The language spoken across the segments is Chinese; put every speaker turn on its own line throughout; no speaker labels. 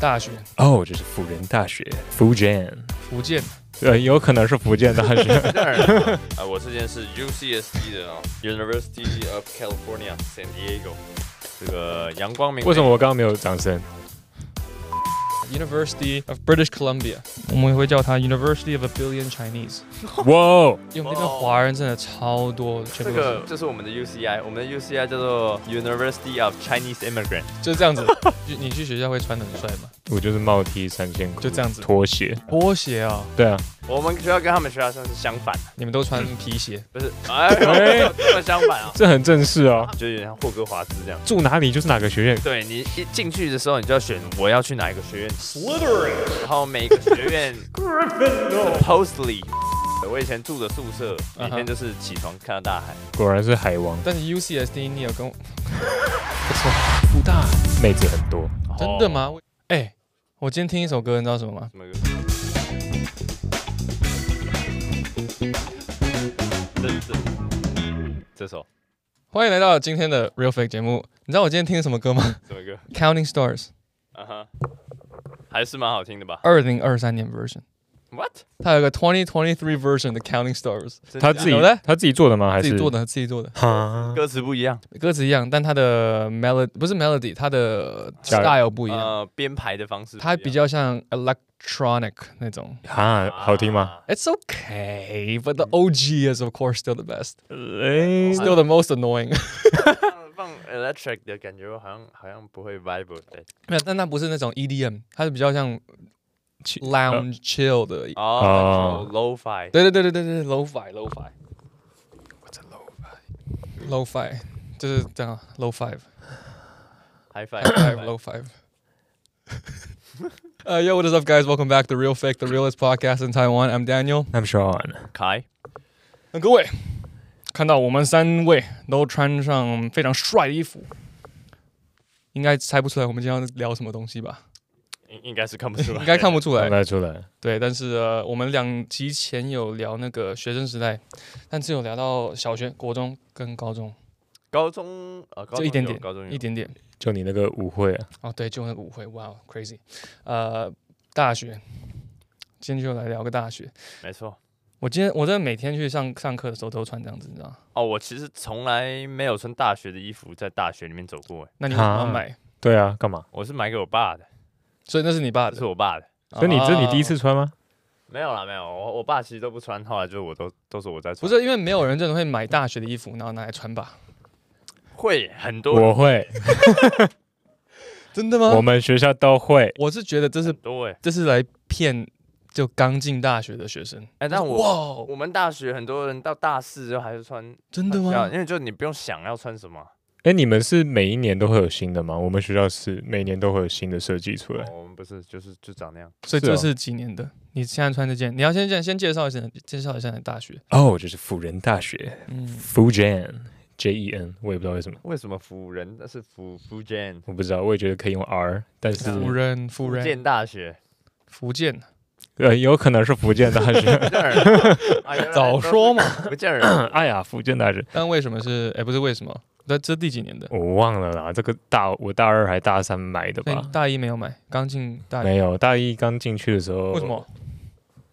大学，
哦，这是辅仁大学，福建，
福建
呃，有可能是福建大学。
当然了，啊，我之前是 UCSD 的啊，University of California San Diego，这个阳光明媚。
为什么我刚刚没有掌声？
University of British Columbia，我们也会叫它 University of a Billion Chinese，
哇哦，
因为我们那边华人真的超多，全部
这
都
个
是
这是我们的 UCI，我们的 UCI 叫做 University of Chinese Immigrant。
就是这样子。 就你去学校会穿的很帅嘛？
我就是帽 T 三线裤，
就这样子
拖鞋。
拖鞋啊，
对啊，
我们学校跟他们学校像是相反的，
你们都穿皮鞋，
不是？哎呦，没有这么相反啊，
这很正式哦。
就有点像霍格华兹这样。
住哪里就是哪个学院。
对你一进去的时候，你就要选我要去哪一个学院 s l i t e r i n 然后每个学 院 supposedly。我以前住的宿舍，
嗯
每天就是起床看到大海。
果然是海王，
但是 UCSD 你有跟我不错，福大
妹子很多。
真
哦
的？吗？哎、我今天听一首歌，你知道什么吗？
什么歌？这这这首
欢迎来到今天的 Real Fake 节目。你知道我今天听的什么歌 吗
什么歌？
？Counting Stars，
啊哈，还是蛮好听的吧
二零二三年 version，
？What？
它有个 Twenty Twenty Three version 的 Counting Stars，
他自己
有的
他自己做的吗？还
自
是
己做？的，自己做的，
哈，
歌词不一样，
歌词一样，但它的 melody 不是 melody，它的
加
style 不一样，
呃，编排的方式不一样，
它比较像 electronic 那种。
哈，好听吗？
啊？
It's okay, but the OG is of course still the best,
哎，
still the most annoying
放放 electric 的感觉，我好像好像不会 vibe 的。
没有，但它不是那种 EDM，它是比较像 lounge chill 的。
哦，low fi，
对对对对对对，low fi low fi。What's a low fi？low fi 就是这样，low five
high
five
five，
low five。Uh, yo, what is up, guys? Welcome back to Real Fake, the realest podcast in Taiwan. I'm Daniel.
I'm Sean。
开，
那呃各位看到我们三位都穿上非常帅的衣服，应该猜不出来我们今天要聊什么东西吧？
应应该是看不出来，
应该看不出来
看。得出来，
对，但是呃，我们两集前有聊那个学生时代，但只有聊到小学、国中跟高中
高中呃，高
就
中
一点
有
点
高中有
一点点。
就你那个舞会啊，
哦，对，就那个舞会，哇，crazy。呃，大学，今天就来聊个大学。
没错。
我今天我真的每天去上上课的时候都穿这样子，你知道吗？
哦，我其实从来没有穿大学的衣服在大学里面走过，哎，
那你为什么要
啊
买？
对啊，干嘛？
我是买给我爸的，
所以那是你爸
这
的，
是我爸的。
所以你这你第一次
啊？
穿吗？
没有啦，没有，我我爸其实都不穿，后来就我都都是我在
不
穿。
是因为没有人真的会买大学的衣服，然后拿来穿吧？
会很多
我
人
会，
真的
我
吗？
们学校都会。
我是觉得这是
很多哎、
这是来骗就刚进大学的学生。
哎，但我
哇，
我们大学很多人到大四之后还是穿
真的
穿学校
吗？
因为就你不用想要穿什么，
哎，你们是每一年都会有新的吗？我们学校是每年都会有新的设计出来
哦。我们不是就是就长那样。
所以
是哦
这是几年的？你现在穿这件，你要先先先介绍一下，介绍一下你的大学。
哦，这是辅仁大学
嗯，
，Fujian J E N，我也不知道为什么，
为什么辅仁？那是福福建
我不知道，我也觉得可以用 R，但是
福仁，福
福
仁，
建大 学。
福建，
呃，有可能是福建大学。
福建人啊原来
早
都是
说嘛！
福建人
哎呀，福建大学，
但为什么是？哎，不是为什么？那这第几年的？
我忘了啦，这个大我大二还大三买的
所以
吧
你？哎大一没有买，刚进大学，
没有，大一刚进去的时候，
为什么？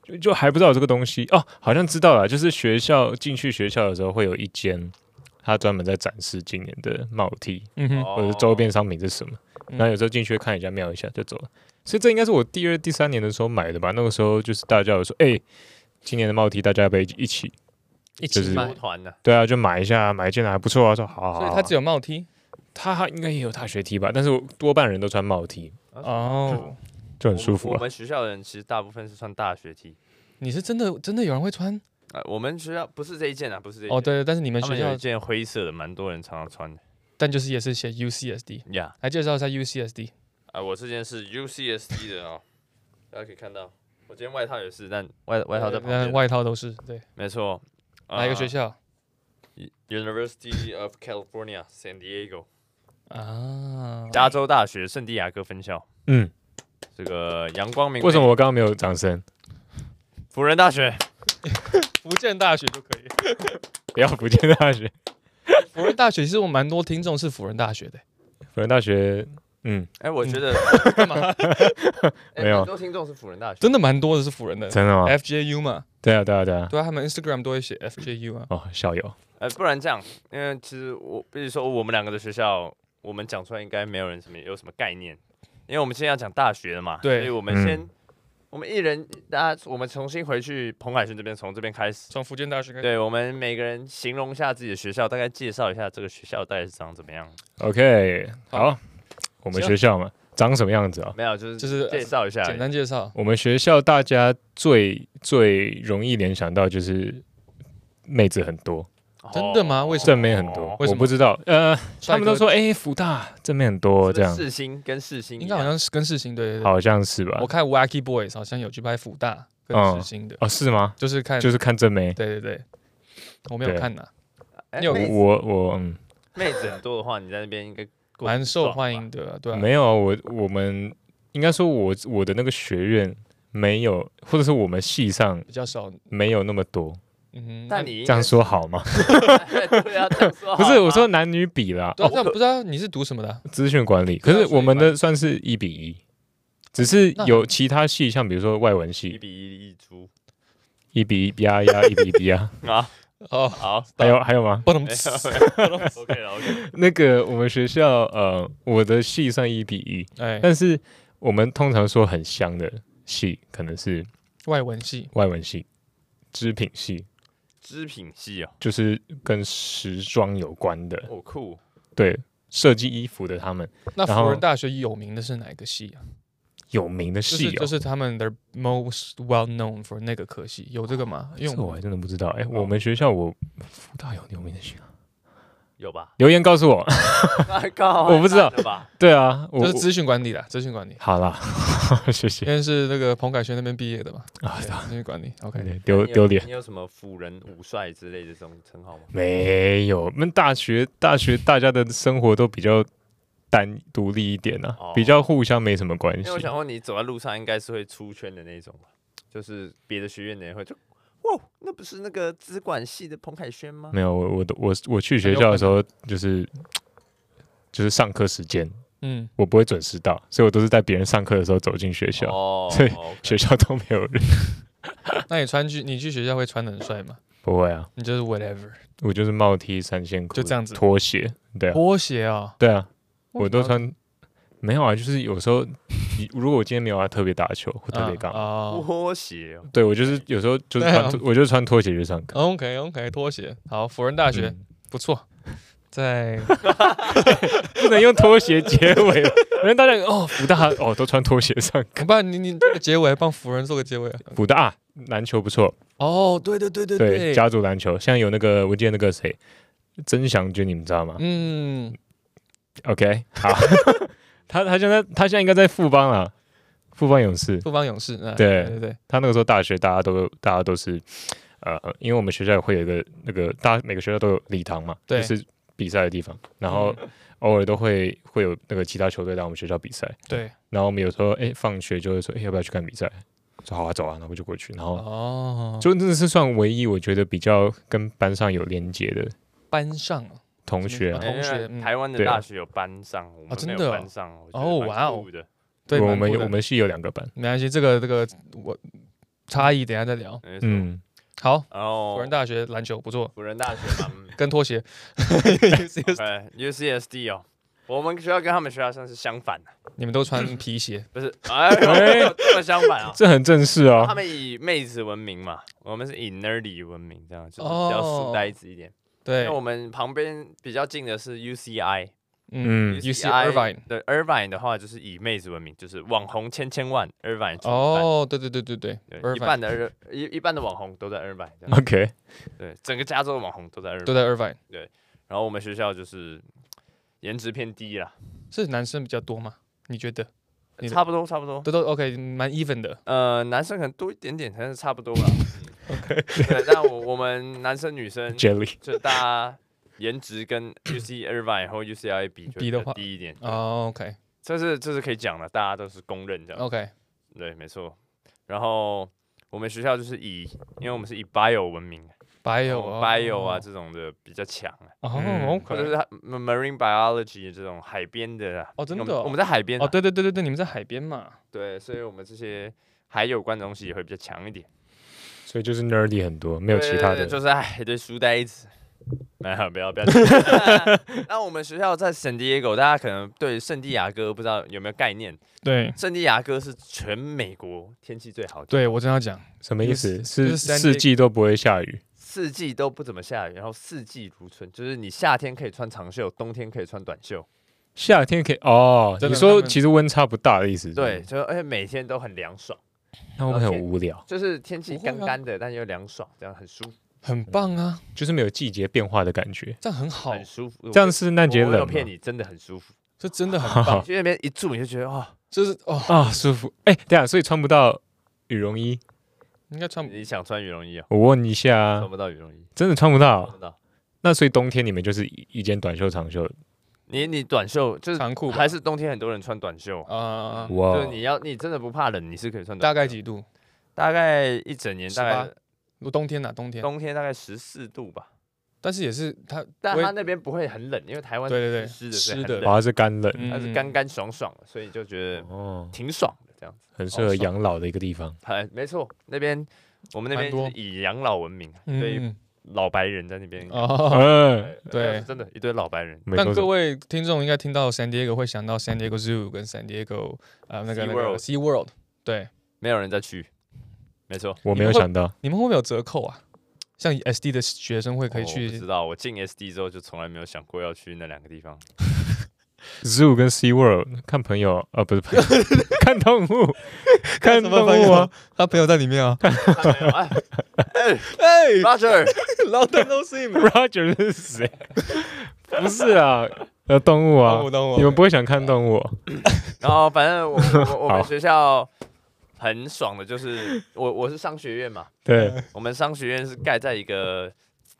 就就还不知道有这个东西哦？好像知道了，就是学校进去学校的时候会有一间，它专门在展示今年的帽 T
嗯哼，
哦
或者是周边商品是什么。然后有时候进去看一下瞄一下就走了。所以这应该是我第二、第三年的时候买的吧？那个时候就是大家有说，哎、今年的帽 T 大家要不要一起？
一
就
起
是
买
纠。团的。
对啊，就买一下，买一件还不错啊。说好好好
所以它只有帽 T
他还应该也有大学 T 吧，但是我多半人都穿帽 T，
哦。
就很
我们
舒服
我
啊。
们学校的人其实大部分是穿大学 T，
你是真的真的有人会穿
啊，我们学校不是这一件啊，不是这一件。
哦？，对，但是你们
他
学
们有一
校，
件灰色的，蛮多人常常穿的。
但就是也是写 UCSD。
呀，
来介绍一下 UCSD。
啊，我这件是 UCSD 的哦，大家可以看到，我今天外套也是，但外外套在旁
呃
边。啊
外套都是对，
没错，
哪一个学
校
校
？University of California San Diego，
啊？
加州大学圣地亚哥分校。
嗯，
这个阳光明媚
为什么我刚刚没有掌声？
辅仁大学？
福建大学就可以。
不要福建大学，
辅仁大学其实我蛮多听众是辅仁大学的，
辅仁大学嗯，
哎，我 觉得
干嘛？
哎
没有
蛮多听众是辅仁大学，
真的蛮多的是辅仁的
真的吗？
，FJU 嘛，
对啊，对啊，对啊。
对啊，他们 Instagram 都会写 FJU 啊。
哦，校友，
呃，不然这样，因为其实我，比如说我们两个的学校，我们讲出来应该没有人什么有什么概念，因为我们现在要讲大学了嘛，
对
所以我们
嗯
先，我们一人，大家我们重新回去彭海轩这边，从这边开始，
从福建大学开始，
对啊我们每个人形容一下自己的学校，大概介绍一下这个学校大概是长怎么样，
OK，
好
好，我们
行
学校嘛，长什么样子啊？
没有，就是
就是
介绍一下而
简
已，
单介绍。
我们学校大家最最容易联想到就是妹子很多，
真的吗为什
正妹很多，
哦
为什
我
么
不知道。呃，
帅
他
哥
们都说，哎，福大正妹很多，这样
世新跟世新一
应该
样
好像是跟世新对对对。
好像是吧
我？看 Wacky Boys 好像有去拍福大跟世新的，
哦，是吗？
就是看，
就是看正妹。
对对对，我没有
对
看呐，
哎
你有
我
妹子
我我嗯，
妹子很多的话，你在那边应该过得
蛮受
爽吧
欢迎的，对啊，
没有啊，我我们应该说我我的那个学院没有，或者是我们系上
比较少，
没有那么多，
嗯哼，
但
那
你应
这样
该
说好吗？
对啊，这样
哦
说
不
好
是，我
吗
说男女比啦，
对啊
哦，
但不知道你是读什么的啊，
资讯管理，
对
可
啊
是我们的算是一比一，只是
那
有其他系，像比如说外文
一
系
比一一猪
一比一比呀呀一比一比 呀，
啊，
哦，
好，
还有还有吗？
不能
没有 没有 OK 了 OK，
那个我们学校呃，我的系算一比一，
哎，
但是我们通常说很香的系可能是
外文系，
外文系、织品系，
织品系哦，
就是跟时装有关的，
哦酷，
对，设计衣服的他们
那
然后
辅仁大学有名的是哪个系啊？
有名的
就是
系哦
就。是他们 they're most well known for 那个科系，有这个吗？因
这
为我
我还真的不知道，哎、
哦
我们学校我福大有有名的系啊，
有吧？
留言告诉我。
我
我不知道
吧？
对啊，我
就是资讯管理啦，资讯管理，
好啦， 谢
因
谢
为是那个彭凯轩那边毕业的嘛，
啊
对，资讯管理，OK，
对
你
丢
有
丢脸
你有什么辅仁、武帅之类的这种称号吗？
没有。我们大学大学大家的生活都比较单独立一点啊，
哦
比较互相没什么关
因
系
为我。想问你，走在路上应该是会出圈的那种吧？就是别的学院的人会就，哇，那不是那个资管系的彭凯轩吗？
没有，我我都我我去学校的时候就是就是上课时间，
嗯，
我不会准时到，所以我都是在别人上课的时候走进学校，
哦，
所以
OK
学校都没有 人。
那你穿去你去学校会穿的很帅吗？
不会啊，
你就是 whatever
我就是帽 T 三线裤，
就这样子
拖鞋，对啊，
拖鞋啊、
对啊，我都穿。没有啊，就是有时候，你如果我今天没有要特别打球或特别干嘛，
哦
拖鞋哦，
对我就是有时候就是
对啊
穿拖，我就穿拖鞋去上课。
OK OK，拖鞋好，辅仁大学、
嗯
不 错，在
不能用拖鞋结尾了， 反正大家哦，福大哦都穿拖鞋上课。
我帮你你这个结尾帮辅仁做个结尾啊。
福大篮球不错，
哦，对对对对
对家族篮球，像有那个我记得那个谁，曾祥军，你们知道吗
嗯，
？OK，好， 他他现在他现在应该在富邦了，富邦勇士。
富邦勇士，嗯、
对
对对，
他那个时候大学大家都大家都是呃，因为我们学校会有一个那个大每个学校都有礼堂嘛，
对嗯
就是比赛的地方，然后偶尔都会会有那个其他球队来我们学校比赛。
对
然后我们有时候哎、放学就会说哎、要不要去看比赛？说好啊走啊，然后我就过去，然后
哦，
就真的是算唯一我觉得比较跟班上有连接的
班上啊
同学、啊
什。么同学
哎因为
嗯
台湾的
对啊
大学有班上，我们
真
没
的
有
哦
班上，我觉得
哦
蛮
哇哦
酷的，
对，
我
蛮
们
酷
有
的
我们系有两个班，
没关系，这个这个我差异等一下再聊。
嗯，
嗯，
好，
然后
辅仁大学篮球不错，
辅仁大学嘛，嗯
跟拖鞋，
对 UCSD 哦，我们学校跟他们学校算是相反的，
你们都 穿皮鞋，
不是？哎，没有这么相反啊。
这很正式
他
哦。
们以妹子闻名嘛，我们是以 nerdy 闻名，这样就是
哦
比较书呆子一点。因
对
为，我们旁边比较近的是 UCI，
嗯
嗯，
，UC
UCI
Irvine。
对 Irvine 的话就是以妹子闻名，就是网红千千万 Irvine 创办
哦，对对对对对
对，一
，Irvine
半的日一一半的网红都在 Irvine，这样
OK，
对，整个加州的网红都在
都
Irvine。
在 Irvine，
然后我们学校就是颜值偏低啦，
是男生比较多吗？你觉得？你的
差不多差不多。
都都 OK，蛮 even 的。
呃，男生可能多一点点，但是差不多啦。OK，对， 但我我们男生女生
Jelly，
就大家颜值跟 UC Irvine 或 UCI 比就
比的话
低一点，
哦，OK
这是这是可以讲的，大家都是公认这样。
OK，
对，没错。然后我们学校就是以，因为我们是以 bio 闻名，
白有
哦 bio 啊，这种的比较强啊，
哦
嗯
或者
，OK，
是它 marine biology 这种海边的啊
哦真的
我们
哦
我们在海边
哦，
啊
对对对对对，你们在海边嘛，
对，所以我们这些海有关的东西也会比较强一点。
所以就是 nerdy 很多，没有
对
其他
对
的。
对就是哎，一堆书呆子。 没有，不 要不要。那我们学校在圣地亚哥，大家可能对圣地亚哥不知道有没有概念？
对
圣地亚哥是全美国天气最好的，
对，我正要讲，
什么意思？
就是
是
山地
四季都不会下雨，
四季都不怎么下雨，然后四季如春，就是你夏天可以穿长袖，冬天可以穿短袖，
夏天可以哦。
真的他
你说
们
其实温差不大的意思？
对，，就而且每天都很凉爽，
那我们很无聊，
就是天气
不会啊
干干的，但又凉爽，这样很舒服，
很棒啊，
就是没有季节变化的感觉。
这样很好
很，舒服。
啊这样是圣
我
诞节
我没有
冷吗哦
骗你，真的很舒服。
这真的很棒，
去那边一住你就觉得哦，
就是哦，
啊，舒服。哎，对啊，所以穿不到羽绒衣。
应该穿
你想穿羽绒衣哦，
我问一下啊
穿，不到羽绒衣，
真的穿不
穿
到
不？到。
那所以冬天你们就是一一件短袖、长袖。
你你短袖就是
长裤吧
还是冬天很多人穿短袖，
啊，
哇
就是你要你真的不怕冷，你是可以穿短袖。
大概几度？
大概一整年，大概
我冬天呐，啊冬天，
冬天大概十四度吧，
但是也是它，
但
不会
它那边不会很冷，因为台湾
对对对
湿的
湿
所以很
的
冷，
哇，它是干冷
嗯
它是干干爽爽的，所以就觉得
哦，
挺爽的这样子。
很适合
哦爽
养老的一个地方。
哎，没错，那边我们那边
蛮多
是以养老闻名，所以
嗯，
老白人在那边，呃
哦，
嗯，
对
真的，一堆老白人。
没
但
错
各位听众应该听到 San Diego 会想到 San Diego Zoo 跟 San Diego 呃那个
Sea
那个
World
Sea World，对，
没有人再去，没错。
我没有想到，
你们会不会有折扣啊？像 SD 的学生会可以
哦我不
去
知道，我进 SD 之后就从来没有想过要去那两个 地方。
Zoo 跟 Sea World 看朋友，呃，不 是朋友，看动物，看
什
动
么朋友
物啊，
他朋友在里面 啊，
看没有哎哎
哎
Roger，
，long time no see，
Roger 是谁？不是啊，呃，动物啊
懂我，懂我，
你们不会想看动物哦？
然后反正我我我
好
们学校很爽的， 就是我我是商学院嘛，
对，
我们商学院是盖在一个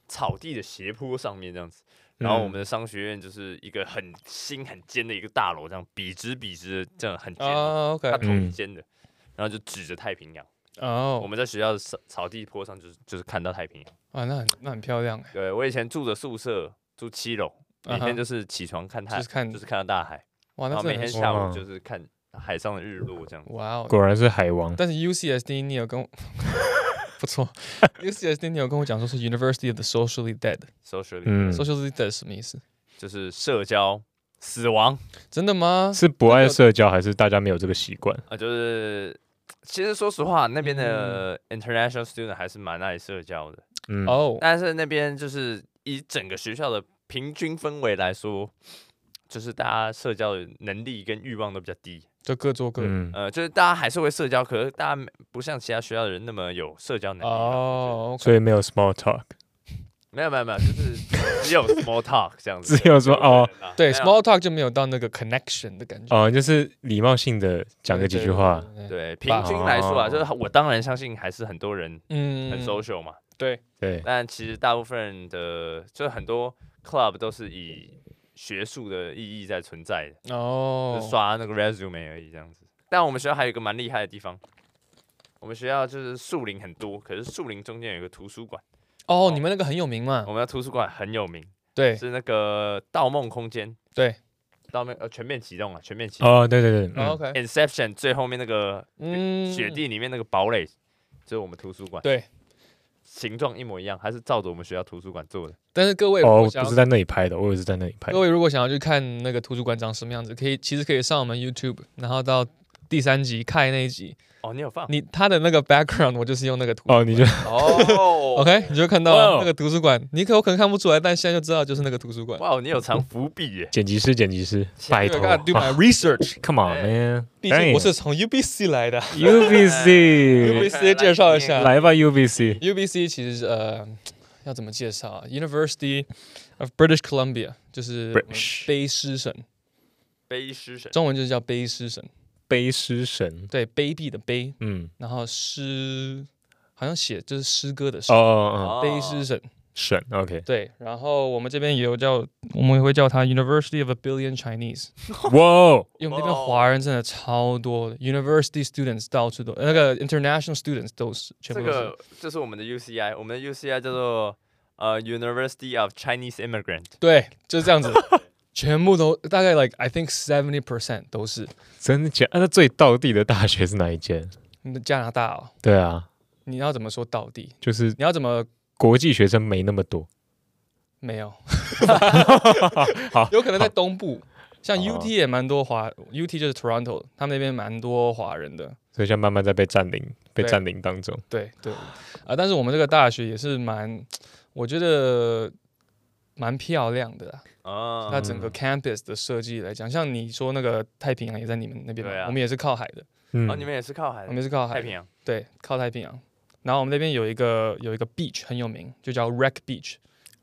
草地的斜坡上面这样子，然后我们的商学院就是一个很新很尖的一个大楼，这样笔直笔直的，这样很尖，
啊，OK，
它头
嗯
尖的，然后就指着太平洋。我
哦，
们在学校的草草地坡上就是就是看到太平洋。
啊，那很那很漂亮哎，
对我以前住的宿舍住七楼，每
啊哈
天就是起床看太，
就是看
就是看到大海。
哇，
然
那
后每
真的
天
很
下午
哇
就是看海上的日落这样。
哇哦，
果然是海王。
但是 UCSD 你有跟 我不错，UCSD 你有跟我讲说是 University of the Socially Dead，Socially
搜 o
嗯，
里
Dead 是什么意思？
就是社交死亡
真的吗？
是不爱社交，还是大家没有这个习惯？
啊、呃就是其实说实话，那边的 international student 还是蛮爱社交的，
嗯，
哦，
但是那边就是以整个学校的平均氛围来说。就是大家社交的能力跟欲望都比较低，
就各做各的。
嗯，
呃，就是大家还是会社交，可是大家没不像其他学校的人那么有社交能力嘛。我觉得
哦
所以没有 small talk，
没有没有没有，就是只有 small talk 这样子。
只有说哦
啊
对
没有
，small talk 就没有到那个 connection 的感觉。
哦，就是礼貌性的讲个几句话。
对，对对对
对，平均来说啊，就是我当然相信还是很多人
嗯，
很 social 嘛，
对，
对，
但其实大部分人的就是很多 club 都是以学术的意义在存在的，
哦
就，刷那个 resume 而已这样子。但我们学校还有一个蛮厉害的地方，我们学校就是树林很多，可是树林中间有一个图书馆，
哦，你们那个很有名嘛
我？们的图书馆很有名，
对
是那个盗梦空间，
对
盗梦呃全面启动啊，全面启动。
哦，对对对，
哦
嗯，
，OK，
Inception 最后面那个
嗯，
雪地里面那个堡垒，就是我们图书馆。
对，
形状一模一样，还是照着我们学校图书馆做的。
但是各位，
哦，
我
不
想要
是在那里拍的，我也是在那里拍的
各。位如果想要去看那个图书馆长什么样子，可以其实可以上我们 YouTube，然后到第三集看那一集，
哦，你有放？
你他的那个 background 我就是用那个图
哦，你就
哦
OK，你就看到
哇哦！
那个图书馆，你可有可能看不出来，但现在就知道就是那个图书馆。
哇，你有藏伏笔耶
剪辑师，剪辑师，拜
I
托
gotta do my
啊
research，
，Come on man，
哎
哎
毕竟我是从 UBC 来的。
UBC，
UBC 介绍一下
来吧 UBC，
UBC 其实呃，要怎么介绍啊？University of British Columbia 就是我们
British
卑诗省，
背诗神
中文就是叫卑诗省，
背诗神，
对，卑鄙的卑，
嗯，
然后诗好像写就是诗歌的诗
哦，哦哦，
卑诗省，
省，OK，
对，然后我们这边也有叫，我们也会叫它 University of a Billion Chinese，
哇，哦
因为我们这边华人真的超多的，University students 到处都，那个 International students 都是全
这
部都是
个就是我们的 UCI，我们的 UCI 叫做呃 University of Chinese Immigrant，
对，就是这样子，全部都大概 like I think seventy percent 都是
真的假的？啊那最道地的大学是哪一间？
嗯加拿大哦。
对啊，
你要怎么说到底？
就是
你要怎么
国际学生没那么多，
没 有？
好
有可能在东部，像
哦
UT 也蛮多华，UT 就是 Toronto，他们那边蛮多华人的。
所以现在慢慢在被占领，被
对
占领当中。
对 对，啊、但是我们这个大学也是蛮，我觉得蛮漂亮的啦。
啊，
那整个 campus 的设计来讲，像你说那个太平洋也在你们那边嘛，
对啊
我们也是靠海的，
嗯
哦，你们也是靠海
我
的
们也是靠海
太
的
平洋，
对，靠太平洋。然后我们那边有一个有一个 beach 很有名，就叫 Wreck Beach。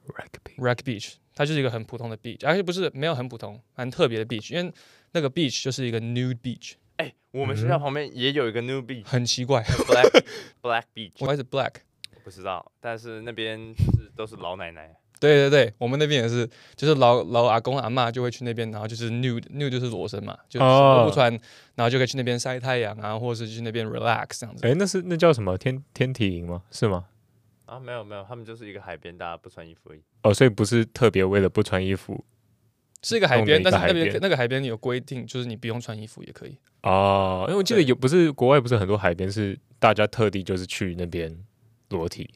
rugby
Wreck Beach，它就是一个很普通的 beach，而且不是没有很普通，蛮特别的 beach，因为那个 beach 就是一个 nude beach，
哎，我们
嗯
学校旁边也有一个 New Beach
很奇怪
Black Black Beach，
，Why is it black？
不知道，但是那边就是都是老奶奶，
对对对，我们那边也是，就是老老阿公阿嬷就会去那边，然后就是 nude nude 就是裸身嘛，就是什么都
哦
不穿，然后就可以去那边晒太阳啊，或者是去那边 relax 这样子。
哎，那是那叫什么天天体营吗？是吗？
啊，没有没有，他们就是一个海边，大家不穿衣服而已。
哦，所以不是特别为了不穿衣服
是一个海
弄
边，
的
但
一
是那
个海
边
边
那个海边有规定，就是你不用穿衣服也可以。
哦，因为我记得
对
有不是国外不是很多海边是大家特地就是去那边裸体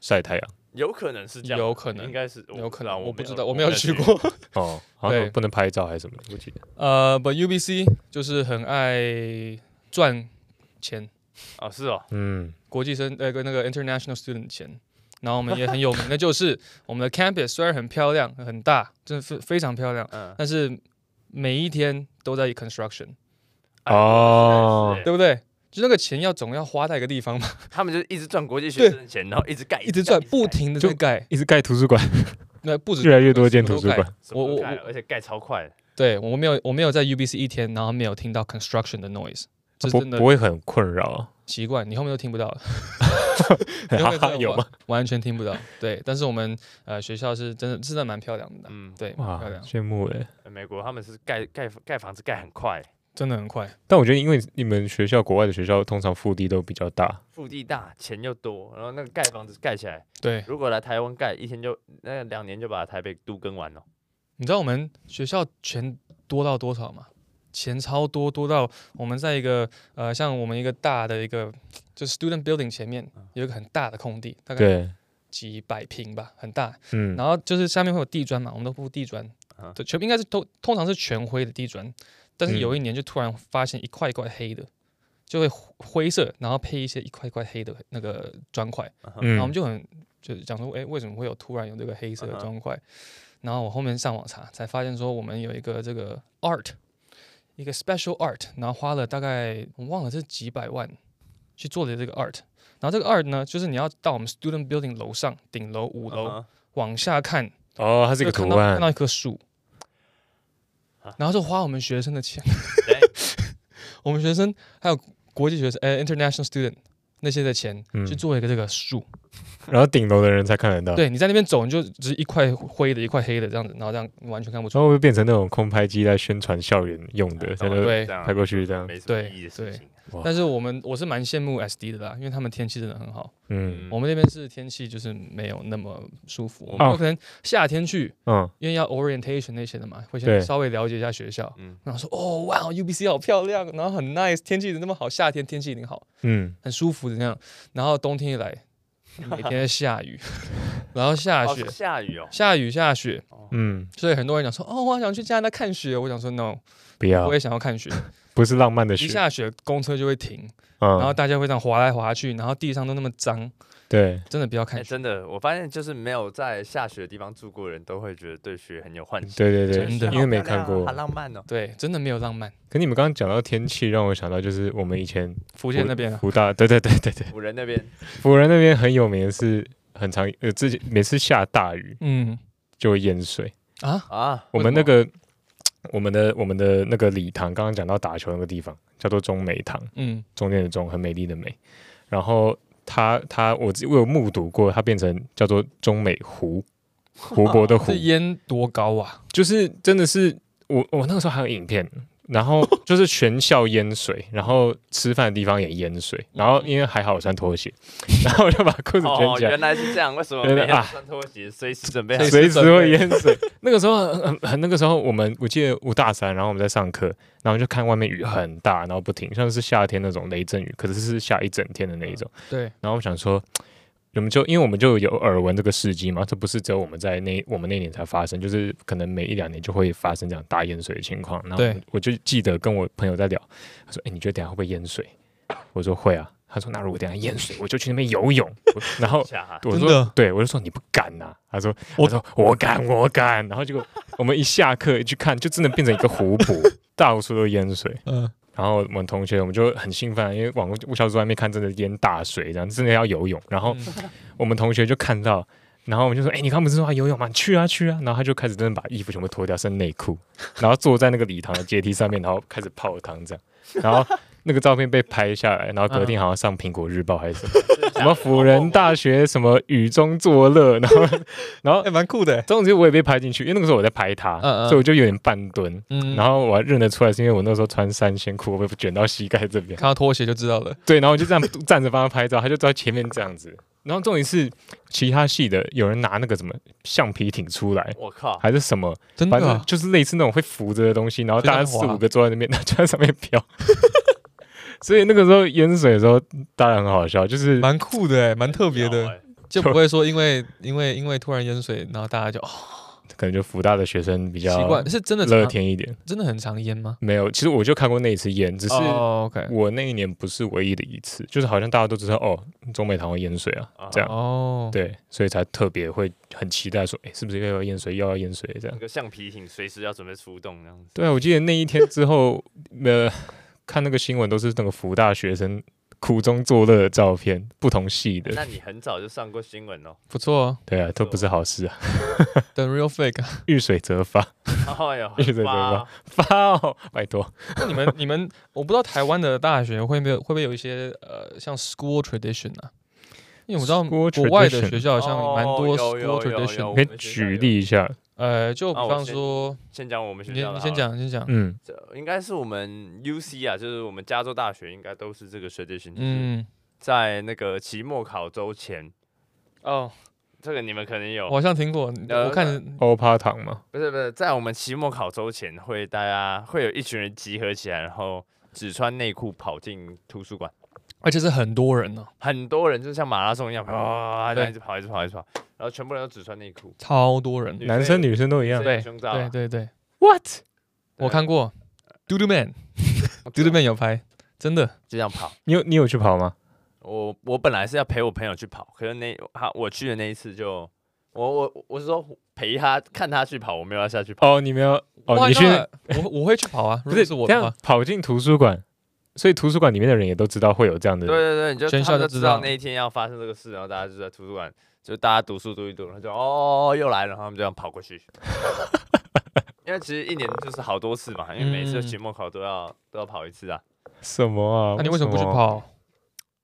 晒太阳
有可能是这样吧，
有可能
应该是我
有可能
哦我
我不
没有
知道，
我
我没有
没有
去
去
过。
哦，好像
对
不能拍照还是什么的，我记得
呃，but UBC 就是很爱赚钱，
哦，是哦，
嗯
国际生呃跟那个 international student 钱，然后我们也很有名，那就是我们的 campus 虽然很漂亮很大，真的非非常漂亮，
嗯，
但是每一天都在 construction，
哎
哦
是
对不对？就那个钱要总要花在一个地方嘛，
他们就是一直赚国际学生的钱，然后一直盖，
一直
盖
赚，不，停的在
就
盖，
一直盖图书馆，
那不止
越来越多
什
间
么
图
都
书
盖
馆，
我
我
我
我
而且盖超快的，
对我没有我没有在 UBC 一天，然后没有听到 construction 的 noise，这是
不
真的
不会很困扰啊，
习惯，你后面都听不到 了。你后面
哈哈，
真的
有
完
吗？？
完全听不到。对，但是我们呃学校是真的真的蛮漂亮的，
嗯，
对，蛮
哇
漂，亮，
羡慕哎！
美国他们是盖盖盖房子盖很快，
真的很快。
但我觉得，因为你们学校国外的学校通常腹地都比较大，
腹地大，钱又多，然后那个盖房子盖起来，
对，
如果来台湾盖，一天就那两年就把台北都更完了，
你知道我们学校钱多到多少吗？钱超多，多到我们在一个呃，像我们一个大的一个就是 student building 前面有一个很大的空地，大概
嗯对，
几百平吧，很大。
嗯，
然后就是下面会有地砖嘛，我们都铺地砖
啊，
对，全应该是都通常是全灰的地砖，但是
嗯
有一年就突然发现一块一块黑的，就会灰灰色，然后配一些一块一块黑的那个砖块，然后我们
嗯，
就很就是讲说，哎，为什么会有突然有这个黑色的
啊哈
砖块？然后我后面上网查，才发现说我们有一个这个 art，一个 special art，然后花了大概我忘了是几百万去做的这个 art。然后这个 art 呢，就是你要到我们 student building 楼上顶楼五楼，
嗯哼
往下看，
哦，它是
这
一个
看
图
到看
案，
到一棵树
啊，
然后就花我们学生的钱
对，
我们学生还有国际学生，呃，international student 那些的钱
嗯
去做一个这个树。
然后顶楼的人才看得到，
对你在那边走，你就只是一块灰的，一块黑的这样子，然后这样你完全看不出
然
来。
后会变成那种空拍机来宣传校园用的，在那
啊对啊
这样
拍过去这样，
没什么
对
意义的事情，
哇
但是我们我是蛮羡慕 SD 的啦，因为他们天气真的很好。
嗯
我们那边是天气就是没有那么舒服，我
哦
们有可能夏天去，
嗯，
因为要 orientation 那些的嘛，会
对
先稍微了解一下学校。
嗯
然后说哦哇，UBC 好漂亮，然后很 nice，天气那么好，夏天天气一定好，
嗯，
很舒服的那样。然后冬天一来，每天在下雨， 然后下
哦
雪
是，下雨哦，
下雨下雪，
嗯，
所以很多人讲说哦，我想去加拿大看雪，我想说 no，
不要
我，也想要看雪。
不是浪漫的
一
雪，
下雪，公车就会停，
嗯，
然后大家会这样滑来滑去，然后地上都那么脏，
对，
真的不要
哎，
看雪。
真的，我发现就是没有在下雪的地方住过的人都会觉得对雪很有幻想，
对对
真
对，
的
因为没
好漂亮
看
啊
过
好。浪漫哦，
对，真的没有浪漫。
可你们刚刚讲到天气，让我想到就是我们以前
福建那边啊，
福大，对对对对对，
五人那边
辅仁那边很有名的是，很常呃，之前每次下大雨
嗯
就会淹水。
啊，
啊，
我们那个我们的我们的那个礼堂，刚刚讲到打球那个地方叫做中美堂，
嗯
中间的中，很美丽的美。然后它它我自我有目睹过它变成叫做中美湖湖泊 的湖
这，烟多高啊！
就是真的是我我那个时候还有影片，然后就是全校淹水，然后吃饭的地方也淹水，然后因为还好我穿拖鞋，然后我就把裤子卷，
哦
起来，
原来是这样，为什么
对
每
对
天都
啊
穿拖鞋，随时准备好？
随时会淹 水。那个时候嗯很很，那个时候我们我记得我大三，然后我们在上课，然后就看外面雨很大，然后不停，像是夏天那种雷阵雨，可是是下一整天的那一种。
对，
然后我想说，我们就因为我们就有耳闻这个事迹嘛，这不是只有我们在那我们那年才发生，就是可能每一两年就会发生这样大淹水的情况。然后
对
我我就记得跟我朋友在聊，他说：“哎、你觉得等一下会不会淹水？”我说：“会啊。”他说：“那如果等一下淹水，我就去那边游泳。我”然后
假
我
真的
说：“对，我就说你不敢呐、他说：“
我
我说我敢，我敢。”然后结果我们一下课一去看，就真的变成一个湖泊，到处都淹水。
嗯，
然后我们同学我们就很兴奋，因为网络我小组外面看真的淹大水，这样真的要游泳。然后
嗯
我们同学就看到，然后我们就说：“哎、你刚刚不是说要游泳吗？你去啊去啊！”然后他就开始真的把衣服全部脱掉，剩内裤， 然后坐在那个礼堂的阶梯上面，然后开始泡汤这样。然后那个照片被拍下来，然后隔天好像上苹果日报还是什么、
嗯
什么辅仁大学什么雨中作 乐，然后然后
哎，蛮酷的，
总之我也被拍进去，因为那个时候我在拍他，
嗯嗯
所以我就有点半蹲。
嗯，
然后我还认得出来，是因为我那时候穿三线裤，我被卷到膝盖这边。
看到拖鞋就知道了。
对，然后我就这样站着帮他拍照，他就在前面这样子。然后重点是，其他系的有人拿那个什么橡皮艇出来，
我靠，
还是什么，
真的
反
啊、
正就是类似那种会浮着的东西，然后大
所
家
以
四
他们滑
五个坐在那边，他就在上面飘。 所以那个时候淹水的时候，当然很好笑，就是
蛮酷的，蛮特别
屌
的。
欸，
就不会说因为因为因为突然淹水，然后大家就哦
可能就福大的学生比
习
较
惯，是真的
乐
常啊
天一点。
真的很常淹吗？
没有，其实我就看过那一次淹，只是
哦，OK，
我那一年不是唯一的一次，就是好像大家都知道哦，中美堂会淹水啊，这样
哦，
对，所以才特别会很期待说，哎、是不是又要淹水，又要淹水这样
那？个橡皮艇随时要准备出动这样子。
对啊，我记得那一天之后，呃，看那个新闻都是那个福大学生苦中作乐的照片，不同系的，
那你很早就上过新闻哦。
不错、哦，
对啊，都不是好事啊，
等 real fake 啊。
遇水则发，
哎 呦，
一直在
很发哦
发哦，拜托，
那你们你们，我不知道台湾的大学会没有会不会有一些呃像 school tradition 啊？因为我知道
School
国外的
tradition
学校好像蛮多
哦有
school
有有有
tradition，
我
可以
们学校
举
有
例一下，
呃，就比
啊我
方
先
说，
先讲我
哎
们学
你
校的
你先
好了，
讲，你先讲，
嗯，
这应该是我们 UC 啊，就是我们加州大学应该都是这个 tradition，嗯，
嗯，
在那个期末考周前，
哦，
这个你们可能有
我，好像听过，
呃
我看
欧趴糖嘛，
不是不是，在我们期末考周前会大家会有一群人集合起来，然后只穿内裤跑进图书馆。
而且是很多人呢，
很多人就像马拉松一样，啪，这样
对
一直跑，一直跑，一直跑，然后全部人都只穿内裤，
超多人，
女
男生女生都一样，
对胸罩啊
对对对，
，what？
我看过 d o d o Man，d o d o Man 有拍，真的，
就这样跑。
你有你有去跑吗？
我我本来是要陪我朋友去跑，可是那他我去的那一次就，我我我是说陪他看他去跑，我没有要下去跑。
哦，你没有，哦，
哇
你去
那我我会去跑啊，如
不
果
是
是我
这
的
样
话，
跑进图书馆，所以图书馆里面的人也都知道会有这样的
对对对，你就
全
他
校
们
都
就
知
知
道
道那一天要发生这个事，然后大家就在图书馆，就大家读书读一读，然后就哦又来了，然后他们就这样跑 过去。因为其实一年就是好多次嘛，因为每次
嗯
期末考都要都要跑一次啊。
什么啊？
那你为什么不去
跑？
跑？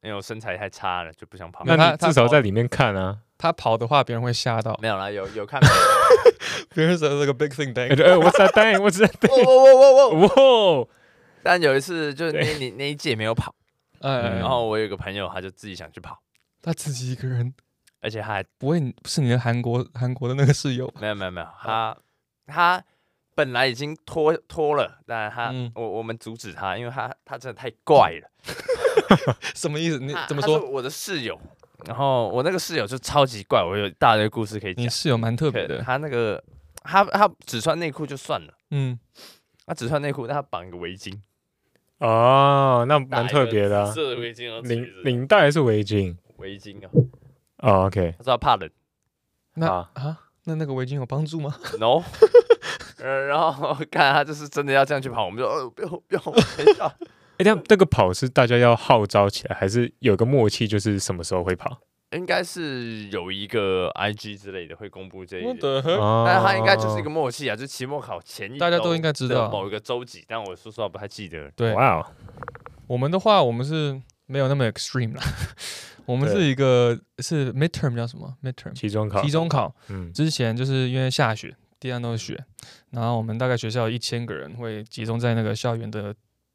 因为我身材太差了，就不想跑。
没有
那
他
你
他
至少
跑
在里面看啊。
他跑的话，别人会吓到。
没有啦，有有看过。
别人说这个 big thing
哎、对哎，What's that thing? What's that thing?
哦哦哦哦！
哇！
但有一次就是那那那一届没有跑，
哎
然，后我有个朋友他就自己想去跑，
他自己一个人，
而且他还
不会你是你的韩国韩国的那个室友？
没有没有没有，他他本来已经脱脱了，但他、
嗯
我我们阻止他，因为他他真的太怪了。
什么意思？你
他
怎么
啊他是
说？
我的室友，然后我那个室友就超级怪，我有一大堆故事可以讲
你。室友蛮特别
可
的，
他那个他他只穿内裤就算了，
嗯，
他只穿内裤，但他绑一个围巾，
哦，那蛮特别的、啊
紫，色的围巾，然后
领
垂着
领带还是围巾？
围巾啊，
哦，OK，
他说他怕冷。
那
啊
啊，那那个围巾有帮助吗？
no，呃，然后看他就是真的要这样去跑，我们就呃不要不要，啊等一下，
哎、那那个跑是大家要号召起来，还是有个默契，就是什么时候会跑？
应该是有一个 IG 之类的会公布这一点，
的，
哦，
但是他应该就是一个默契啊，就是期末考前一
大家
周
都应该知
的
道
某一个周几，但我说实话不太记得了。
对
哇哦，
我们的话，我们是没有那么 extreme 啦。 我们是
对
一个是 midterm 叫什么 midterm
期中考，
期中考
嗯，
之前，就是因为下雪，地上都是雪，然后我们大概学校一千个人会集中在那个校园的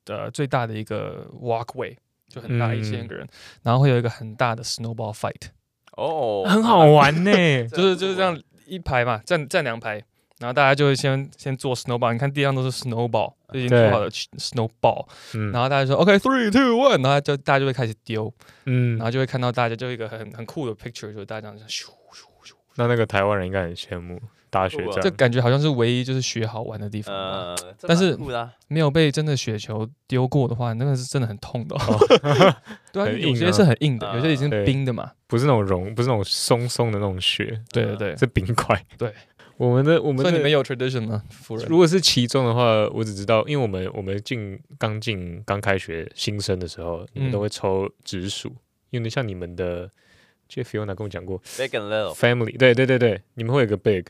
呃最大的一个 walkway，就很大
嗯
一千个人，然后会有一个很大的 snowball fight，
哦，
很好玩呢、
就是就是这样一排嘛，站站两排。然后大家就会先先做 snowball，你看地上都是 snowball，就已经做好了 snowball，
嗯
然后大家说 OK three two one，然后就大家就会开始丢，
嗯
然，后就会看到大家就一个很很酷的 picture，就是大家这样咻咻咻，
那那个台湾人应该很羡慕大学
对
这
长，
感觉好像是唯一就是雪好玩的地方吧。
呃，这
但是
蛮酷的啊
没有被真的雪球丢过的话，那个是真的很痛的、哦。 对啊，因
很
为
硬
有些
啊
是很硬的，
啊
有些已经
对
冰的嘛。
不是那种融，不是那种松松的那种雪，
对对对，
是冰块。
对，
我们的我们
所以你
的
们有 tradition 吗？夫 人
如果是其中的话，我只知道，因为我们我们进刚进刚开学新生的时候，你们都会抽直属，因为像你们的 Jeff Fiona 跟我讲过
，big and little，
，family，对对对对，你们会有个 big，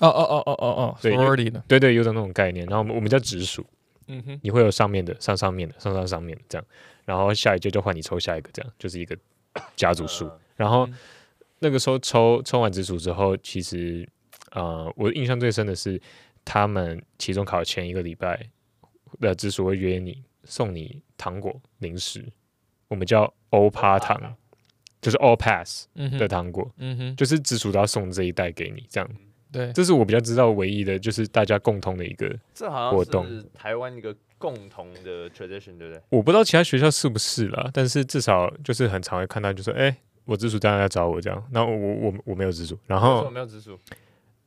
哦哦哦哦哦哦
对因为
，sorority 的，
对对，有种那种概念。然后我们我们叫直属，
嗯哼，
你会有上面的、上上面的、上上上面的这样，然后下一届就换你抽下一个，这样就是一个家族数。
嗯
然后
嗯
那个时候抽抽完直属之后，其实呃，我印象最深的是他们期中考前一个礼拜的直属会约你送你糖果零食，我们叫欧趴糖，就是 all pass
嗯哼，
的，糖果，
嗯哼，
就是直属都要送这一袋给你这样。
对，
这是我比较知道唯一的，就是大家共同的一个，
这好
活
像是
动
台湾一个共同的 tradition，对不对？
我不知道其他学校是不是啦，但是至少就是很常会看到，就是哎、我直属当然要找我这样，那我我我我没有直属，然
可是我
后
没有直属，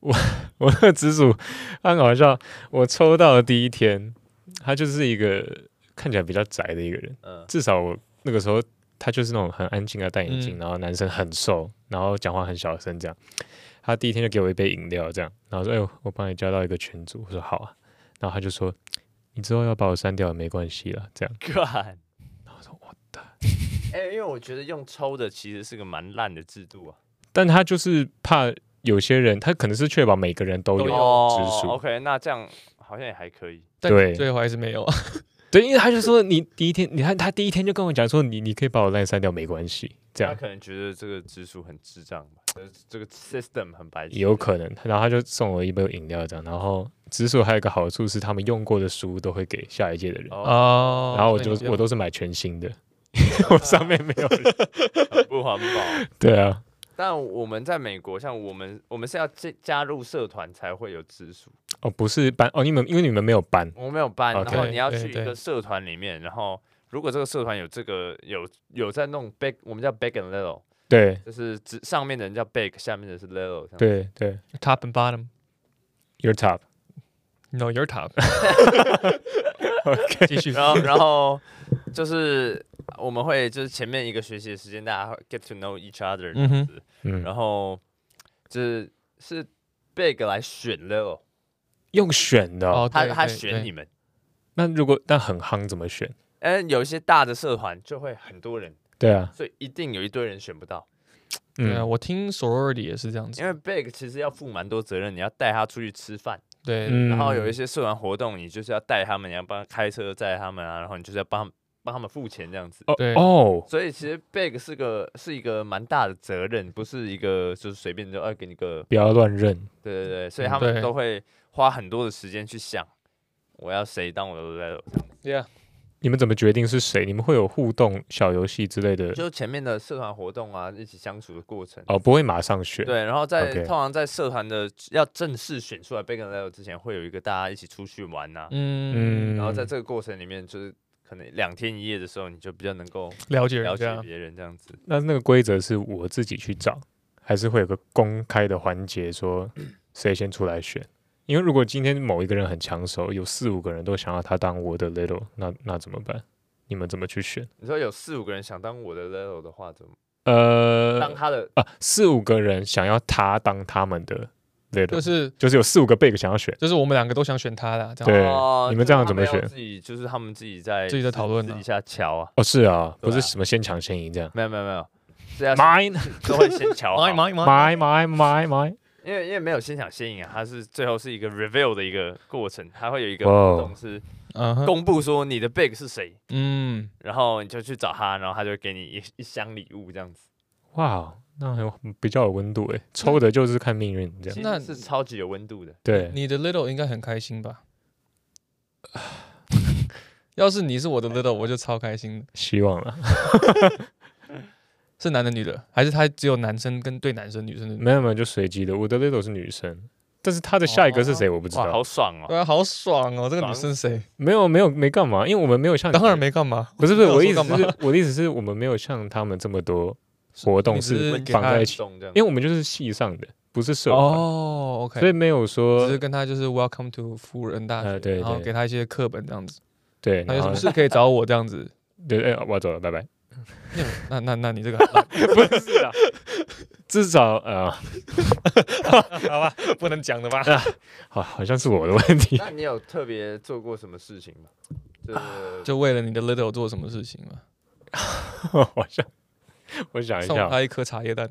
我的直属很搞笑，我抽到的第一天，他就是一个看起来比较宅的一个人，
嗯，
至少我那个时候他就是那种很安静啊，戴眼镜，
嗯
然后男生很瘦，然后讲话很小声这样。他第一天就给我一杯饮料这样，然后说：“哎呦，我帮你加到一个群组。”我说：“好啊。”然后他就说：“你之后要把我删掉也没关系啦。”这样，
干。
然后我说：“我
哎、因为我觉得用抽的其实是个蛮烂的制度啊。
但他就是怕有些人，他可能是确保每个人都有
都有
哦
哦
直属，
OK，那这样好像也还可以。
但
对
最后还是没有。
对，因为他就说你第一天，你看他第一天就跟我讲说你你可以把我烂删掉没关系，这
他
样
可能觉得这个直属很智障吧，呃这个 system 很白痴。
有可能，然后他就送我一杯饮料这样，然后直属还有一个好处是他们用过的书都会给下一届的人，
哦，
哦，
然后我
所以你哦
就
不用
我都是买全新的，因 为我上面没有 人，
很不环保。
对啊，
但我们在美国，像我们我们是要加加入社团才会有直属，
哦不是班哦你们因为你们没有班，
我们没有班
OK
然后你要
对
去一
对
个社团里面，然后如果这个社团有这个有有在弄 big，我们叫 big and little，
对
就是指上面的人叫 big，下面的是 little 这样。
对对
top and bottom。
，your top，
No, your top。继续。
然后， 然后就是我们会就是前面一个学习的时间，大家会 get to know each other，、
嗯哼，
嗯，
然后就是是 big 来选 little，
用选的哦、
哦，
他
对
他
对
选
对
你们。
那如果那很夯怎么选？
嗯，有一些大的社团就会很多人，
对啊，
所以一定有一堆人选不到，
对啊，
嗯
我听 sorority 也是这样子
因。为 big 其实要负蛮多责任，你要带他出去吃饭，
对，
嗯
然后有一些社团活动，你就是要带他们，你要帮开车载他们啊，然后你就是要帮帮他们付钱这样子。
哦
对
哦，
所以其实 big 是个是一个蛮大的责任，不是一个就是随便就哎给你个
不要乱认。
对对对，所以
嗯
他
对
们都会花很多的时间去想，我要谁当我的 level。
，Yeah，
你们怎么决定是谁？你们会有互动小游戏之类的
就前面的社团活动啊，一起相处的过程。
哦，不会马上选。
对，然后在
OK
通常在社团的要正式选出来 big and level 之前，会有一个大家一起出去玩呐、
嗯，
嗯，
然后在这个过程里面，就是可能两天一夜的时候，你就比较能够
了解啊
了
人
解
家。
别人这样子。
那那个规则是我自己去找，还是会有个公开的环节说
嗯
谁先出来选？因为如果今天某一个人很抢手，有四五个人都想要他当我的 little，那那怎么办？你们怎么去选？
你说有四五个人想当我的 level 的话，怎么
呃
当他的？
啊，四五个人想要他当他们的
就
little，就是
是
有四五个 big 想要选。
就是我们两个都想选他啦，这样。
对
哦
你们
就
这
是
样
他
怎么
要
选
自己就是他们自己在
自己在讨论
私
啊
底下瞧啊，
哦，是啊，不
对啊
是什么先抢先赢这样。
没有没有没 有，是要
Mine
都会先 瞧好，
My my my
my my my my，
因为因为没有先抢先赢啊，它是最后是一个 reveal 的一个过程，它会有一个
哇哦
活动是
嗯哼，
公布说你的 big 是谁，
嗯，
然后你就去找他，然后他就会给你一一箱礼物这样子。
哇，那很有比较有温度
嗯
诶，抽的就是看命运这
其
样。
那
实是超级有温度的。
对，
你的 little 应该很开心吧？ 要是你是我的 little，我就超开心的。
希 望了。
是男的女的，还是他只有男生跟对男生女生的？
没有没有，就随机的。我的 little 是女生，但是她的下一个是谁我不知
哇，好
道。
爽哦！
对啊，好爽哦！这个女
爽
生谁？
没有没有没干嘛，因为我们没有像
当然没干嘛。
不是不是
那
我
我
的意思
说
是我的意思是我们没有像他们这么多活动
你只
是
是
温
给
绑
他
啊在一起，
动这样
因为我们就是系上的，不是社团，
哦，OK，
所以没有
只
说
是跟他就是 Welcome to 辅仁大学，
呃对
然后
对
给他一些课本这样子，
对，
他有
然
什
后
么事可以找我这样子。
对，哎、我要走了，拜拜。
那那那你这个
不是啊，至少呃，
不能讲的吧？
好，好像是我的问题。
那你有特别做过什么事情吗？
啊
就是
就为了你的 little 做什么事情嘛？
好像我想一
送
下，啊
他一颗茶叶蛋，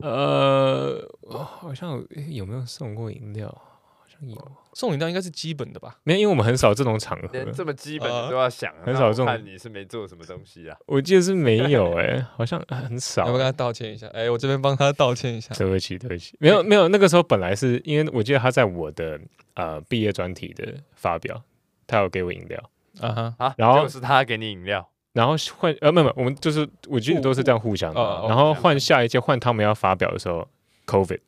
呃，好像有有没有送过饮料？好像有，
送饮料应该是基本的吧？
没有，因为我们很少这种场合
连。这么基本的
呃
都要想，
很
那
少
我
这种
看你是没做什么东西啊。
我记得是没有哎、好像很少
要不。要跟他道歉一下？哎，我这边帮他道歉一下。
对不起，对不起，没有没有，那个时候本来是因为我记得他在我的呃毕业专题的发表，他有给我饮料，
啊哈，
啊，
然后
就是他给你 饮料，
然后换呃没有没有，我们就是我记得都是这样互相的
哦
啊
哦
然后换下一届换他们要发表的时候，COVID，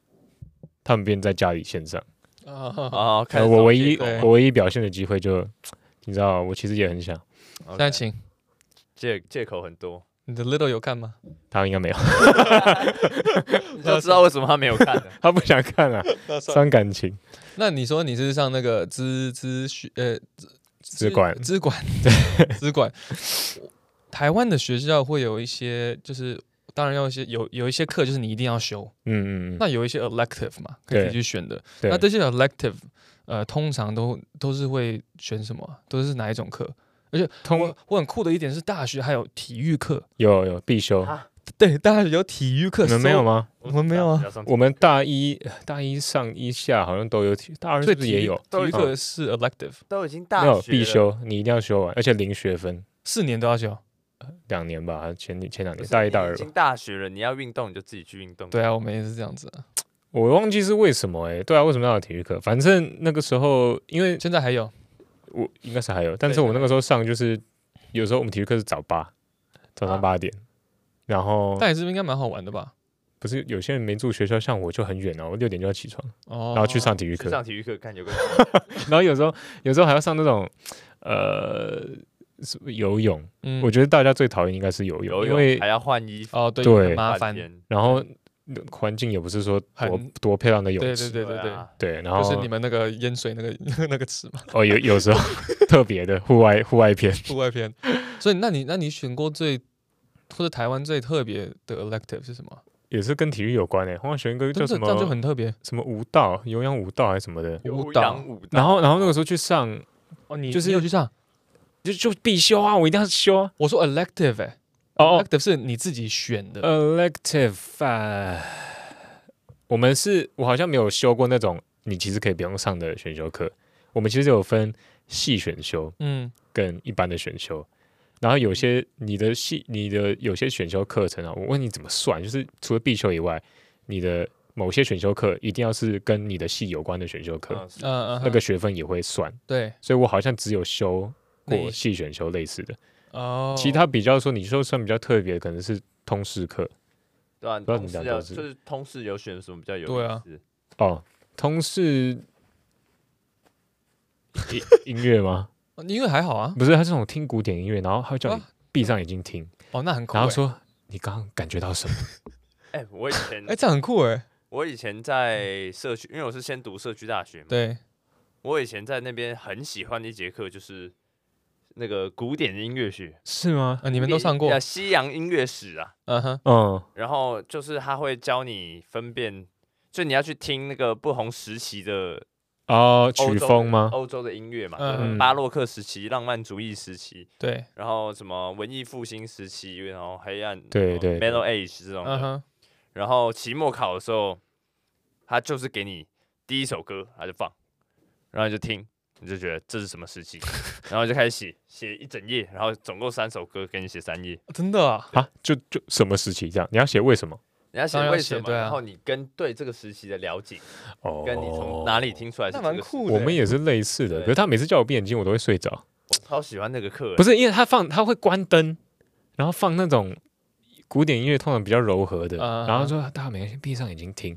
他们便在家里线上，
啊哈，
哦，
呃，我唯一
对
我唯一表现的机会就，你知道，我其实也很想，
现
但
在请
借借口很 多，
你的 little 有看吗？
他应该没有，
你就知道为什么他没有看 了。
他不想看啊，伤感情，
那你说你是上那个资资学呃资
资管
资管对 资管，台湾的学校会有一些就是。当然要一些有有一些课就是你一定要修，
嗯嗯嗯，
那有一些 elective 嘛，可以自己去选的。
对
那这些 elective，呃，通常都都是会选什么啊？都是哪一种课？
通
我我很酷的一点是，大学还有体育课。
有有必修，
啊
对，大学有体育课，
你们没有？吗？
我们没有啊
不要上
我们大一呃大一上一下好像都有体，大二
所
是
以
不是也有？哦
体育
都
课是 elective，
都已经
没
大
有
学
必
了，
修，你一定要修完，而且零学分，
四年都要修。
两年吧，前前两
不
年
是
大一
你
大二
已
吧
经。大学了，你要运动你就自己去运动。
对啊，我们也是这样子啊。
我忘记是为什么哎、对啊，为什么要有体育课？反正那个时候，因为
现在还
哦
有
我应该是还有，但是我那个时候上就是有时候我们体育课是早八，早上八点，然后
但也是应该蛮好玩的吧？
不是有些人没住学校，像我就很远哦，我六点就要起床，
哦，
然后去上体育
去
课，
上体育课看 有个
然后有时候有时候还要上那种呃什么游泳，
嗯，
我觉得大家最讨厌应该是游泳，
游
因
泳
为
还要换衣服，
哦，对，
对
很麻
半
烦。
天
然后环境也不是说多
很
多漂亮的泳
对对
池，
对对对，
啊
对，然后
就是你们那个淹水那个 那个池嘛，
哦有 有时候特别的户外户外片，
户外篇。所以，那你那你选过最或者台湾最特别的 elective 是什么？
也是跟体育有关诶、欸，黄选一个
这
叫
这
什
这
么
样就很特别
什么舞蹈、有氧舞蹈还是什么的。
有
舞
氧
蹈
舞蹈，
然后，然后那个时候去上，
哦。你
就是
你有去上？
就就必修啊，我一定要修啊。
我说 elective 哎
哦呃
，elective 是你自己选的。
，elective，啊我们是我好像没有修过那种你其实可以不用上的选修课。我们其实有分系选修
嗯，
跟一般的选修，然后有些你的系你的有些选修课程啊，我问你怎么算，就是除了必修以外，你的某些选修课一定要是跟你的系有关的选修课，
嗯是
嗯嗯，
那个学分也会算。
对
所以我好像只有修
那
过
一
系选修类似的，
哦，
其他比较说你说算比较特别，可能是通识课
对吧？
知道
通
你们
识
俩
要
都是
就是通识有选什么比较有
对啊
意思？
哦，通识音音乐吗？
音乐还好啊。
不是，它是那种听古典音乐，然后他会叫你
啊
闭上眼睛听，
哦，那很酷欸。
然后说你刚刚感觉到什么？
哎，我以前
哎，这样很酷哎。
我以前在社区，因为我是先读社区大学嘛，
对，
我以前在那边很喜欢的一节课就是那个古典音乐学，
是吗？
啊，你们都上过
啊，。西洋音乐史啊，
嗯哼，
嗯，
然后就是他会教你分辨，就你要去听那个不同时期的
哦，
欧
曲
洲
风
的
吗？
欧洲的音乐嘛，
嗯
就是巴洛克时期、浪漫主义时期，
对，
然后什么文艺复兴时期，然后黑暗，
对对对
Metal Age 这种的
嗯哼，
然后期末考的时候，他就是给你第一首歌，他就放，然后你就听，你就觉得这是什么时 期，然后就开始写，写一整页，然后总共三首歌，给你写三页，
真的啊。
啊，就就什么时期这样？你要写为什么？
人家
当然
写
要
为什
写
么，
对啊
然后你跟对这个时期的了解，
哦
跟你从哪里？听出来是
那
这个
蛮
时期，
酷的。
我们也是类似的，
对
可是他每次叫我闭眼睛，我都会睡着。
我超喜欢那个课，
不
是
是因为他放他会关灯，然后放那种古典音乐，通常比较柔和的，
啊
然后说大家每个人先闭上眼睛听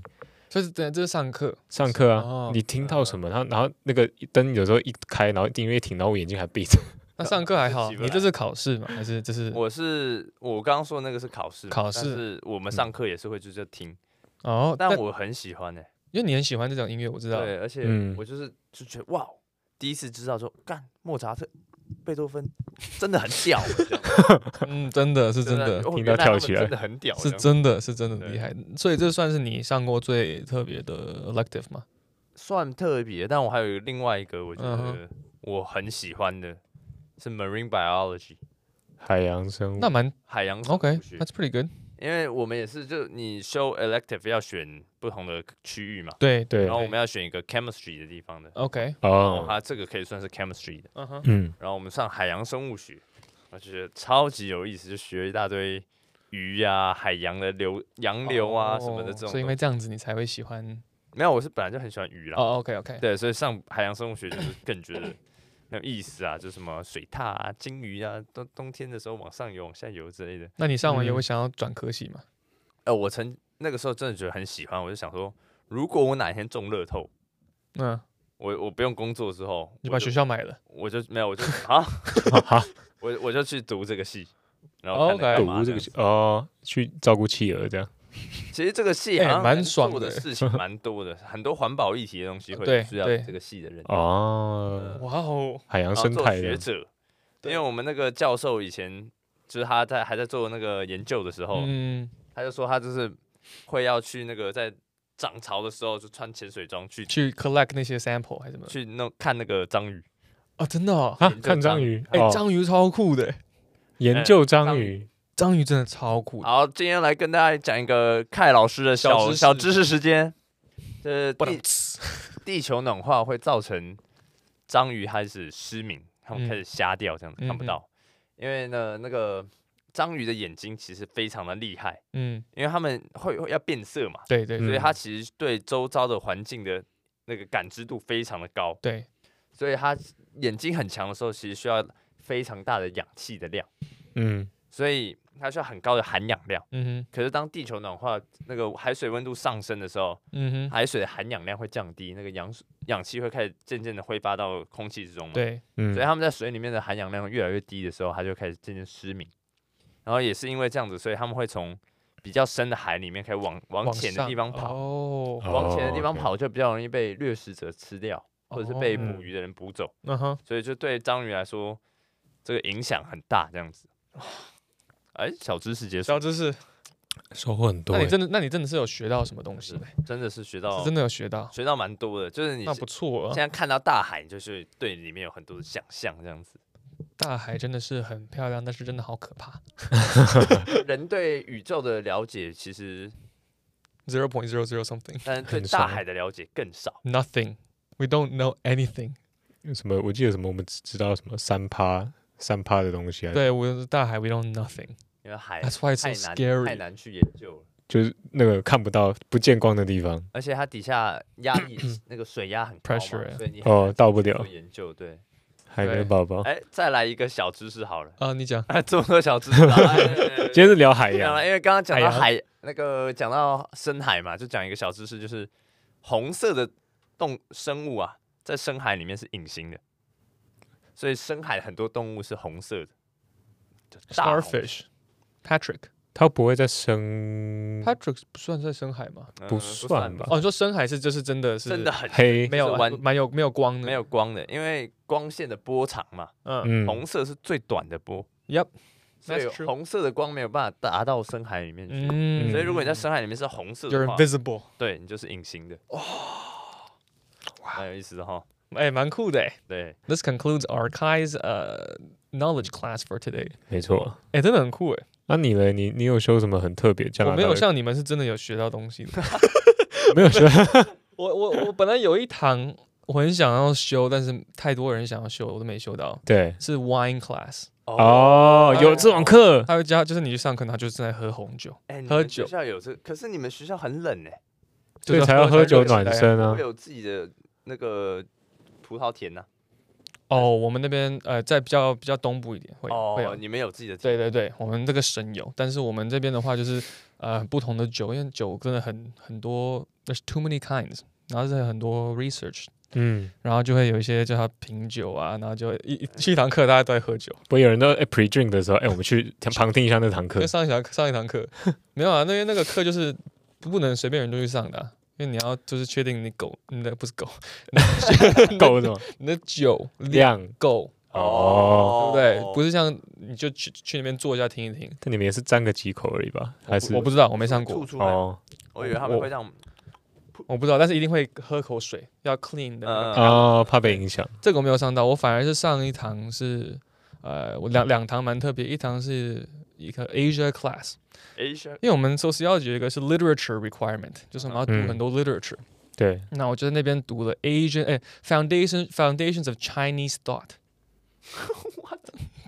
所以这这是上课，
上课啊，
哦
你听到什么，然后然后那个灯有时候一开，然后音乐一停，然后哎我眼睛还闭着，
那上课还好，
自己本
你
来
这是考试吗？还是这是
欸我是我刚刚说的那个是考试嘛，
考试嗯
但是我们上课也是会就就听，
哦？
但
但
我很喜欢哎，
因为你很喜欢这种音乐，我知道。
对，而且
嗯
我就是就觉得哇，第一次知道说干莫扎特、贝多芬真的很屌，欸 这样啊
嗯，真的是真的，
哦
听到
原来
跳
他们
起来
真的很屌，
是
这样
真的是真的
对
厉害。所以这算是你上过最特别的 elective 吗？
算特别，但我还有一个另外一个，我觉
嗯
得
哼
我很喜欢的是 marine biology
海洋
嗯
生物
那。蛮
海洋生物
OK，that's
学
pretty good。
因为我们也是就你修 elective 要选不同的区域嘛，
对嗯
对
然后我们要选一个 chemistry 的地方的，
，OK，
哦，
哦，
它这个可以算是 chemistry 的，
嗯哼，
嗯，
然后我们上海洋生物学，我就觉得超级有意思，就学一大堆鱼呀、海洋的流洋流啊什么的
哦
这种东西，
所以因为这样子你才会喜欢
没有，我是本来就很喜欢鱼啦，
哦，OK，OK。OK OK，
对，所以上海洋生物学就是更觉得很有意思啊，就什么水獭啊、鲸鱼啊，冬冬天的时候往上游、往下游之类的。
那你上完有
嗯
会想要转科系吗？
呃，我曾那个时候真的觉得很喜欢，我就想说，如果我哪一天中乐透，
嗯，
我我不用工作之后，
你
我
把
就
学校买了，
我就没有，我就啊，我我就去读这个系，然后看能
OK
干嘛
读这个
样
哦，去照顾企鹅这样，
其实这个系
哎
好像
蛮
能
爽
做的
的
事情蛮多的，很多环保议题的东西会
对
需要
对
这个系的人。
哦，
哇哦，
海洋
然后
生
做
态
学
的，
者，因
对
为我们那个教授以前就是他在还在做那个研究的时候，
嗯，
他就说他就是会要去那个在涨潮的时候就穿潜水装去
去 collect 那些 sample 还是什么？
去弄看那个章鱼，
哦，真的哦，
啊，
研究
看
章
章鱼，
哎，
哦
章鱼超酷的，
研究章
章
鱼，
章鱼真的超酷的。
好，今天来跟大家讲一个凯老师的
小知
小
识
小知识时间，就是
不能
地， 地球暖化会造成章鱼开始失明，它们
嗯
开始瞎掉，这样子看
嗯
不
哼
到，因为呢那个章鱼的眼睛其实非常的厉害，
嗯，
因为它们会会要变色嘛。
对对
嗯
所以它其实对周遭的环境的那个感知度非常的高，
对，
所以它眼睛很强的时候，其实需要非常大的氧气的量，
嗯，
所以它需要很高的含氧量。
嗯哼，
可是当地球暖化，那个海水温度上升的时候，
嗯哼，
海水的含氧量会降低，那个氧水氧气会开始渐渐的挥发到空气之中嘛。。
对，
嗯
所以，他们在水里面的含氧量越来越低的时候，它就开始渐渐失明。然后也是因为这样子，所以他们会从比较深的海里面开始往往
往
浅的
上
地方跑。
哦，
哦
往前的地方
OK
跑就比较容易被掠食者吃掉，或者是被
哦
捕
嗯
鱼的人捕走，
嗯哼，
所以就对章鱼来说，这个影响很大。这样子，哎，小知识结束
小，知识。
收获很多
那你
欸，
真的，那你真的是有学到什么东西
是？真的是学
是
到
真的有学到，
学到蛮多的，就是哦你
那
是
不错
现
啊。
在看到大海，你就是对里面有很多的想象，这 样子。
大海真的是很漂亮，但是真的好可怕。
人对宇宙的了解其实，
Zero point zero zero something
但是对
很
大
少
海的了解更少。
nothing. We don't know anything.
什么？我记得什么？我们只知道什么三趴三趴的东西啊？，
对，我大海 we don't know nothing.
因为海
That's why it's
哎太
so
难太
scary.
难去研究了，
就是那个看不到、不见光的地方，
而且它底下压 力那个水压很高嘛
Pressure，
所以你很
哦，
难
到不了
做。研究对。
海
对
绵宝宝，
哎，再来一个小知识好了，
啊，你讲
哎，这么多小知 识了，哎哎哎
今天是聊海
哎讲
洋
了，因为刚刚讲
海
到
洋
海，那个讲到深海嘛，就讲一个小知识，就是红色的动生物啊，在深海里面是隐形的，所以深海很多动物是红色的，就大红
starfish. Patrick,
它不会再生
Patrick 不算在深海吗？
嗯
不
算
算吧
哦，你说深海是就是真的是
真的很
黑
没有
是完
蛮有没有光的，
没有光的，因为光线的波长嘛，
嗯
嗯，
红色是最短的波，
，Yep，
所以
That's true
红色的光没有办法达到深海里面去。
嗯，
所以如果你在深海里面是红色
you're
的话，
invisible，
对你就是隐形的。哇，蛮有意思的哈。
哎，蛮酷的哎。
对，
This concludes our Kai's uh knowledge class for today。
没错。
哎，真的很酷哎，
那你呢？你你有修什么很特别？加拿
我
大
没有
的
像你 们是真的有学到东西的。
没有修，
我我我本来有一堂我很想要修，但是太多人想要修，我都没修到。
对，
是 wine class，
哦，
哎
有这种课，
他会教，就是你去上课，他就正在喝红酒，
哎，你
喝
们学
酒
校有这，可是你们学校很冷哎，
所以
就是
才要喝酒
起来
暖。身啊
会。有自己的那个葡萄田呐。
哦，我们那边呃，在比较比较东部一点会会
哦
有，。
你们有自己的
对
田
对对，我们这个省有，但是我们这边的话就是呃不同的酒，因为酒真的很很多，there's too many kinds，然后是很多 research，
嗯，
然后就会有一些叫它品酒啊，然后就会一一去一堂课大家都在喝酒。
不会有人都哎 pre drink 的时候，哎，我 们去旁听一下那堂课
跟。上一堂上一堂课没有啊，那边那个课就是不能随便人就去上的啊、因为你要就是确定你狗你的不是狗，
够是吗？
你的酒量
量
够，
哦，
对不对？不是像你就去去那边坐一下听一听，
但你们也是沾个几口而已吧？还是
我不知道，我
我
没上过，
出来，
哦
我以为他们
我
会让
我不知道，但是一定会喝口水，要 clean 的那个、
嗯
哦，怕被影响。
这个我没有上到，我反而是上一堂是呃，我两两堂蛮特别，一堂是一个 Asia class，
Asia
因为我们 sociology 有一个是 literature requirement，就是我们要读
嗯
很多 literature。
对，
那我就在那边读了 Asian 哎 Foundation Foundations of Chinese Thought。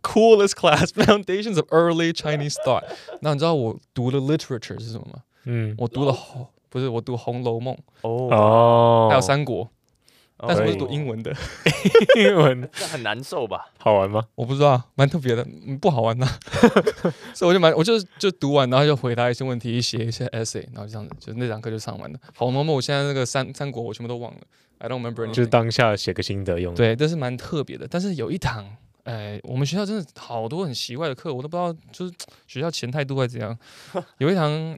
Coolest class Foundations of Early Chinese Thought。那你知道我读的 literature 是什么吗？
嗯，
我读了红不是我读《红楼梦》，
哦，
哦，
还有三国，
哦
但是我是读英，文的，
英文
这很难受吧？
好玩吗？
我不知道，蛮特别的，嗯不好玩 呐。所以我就蛮，我就就读完，然后就回答一些问题，写一些 essay，然后就这样子，就那堂课就上完了。《红楼梦》我现在那个三三国我全部都忘了，I don't
哦
remember anything。
就是当下写个心得用。，
嗯对，这是蛮特别的。但是有一堂，哎，我们学校真的好多很奇怪的课，我都不知道，就是学校钱态度还是怎 样。有一堂，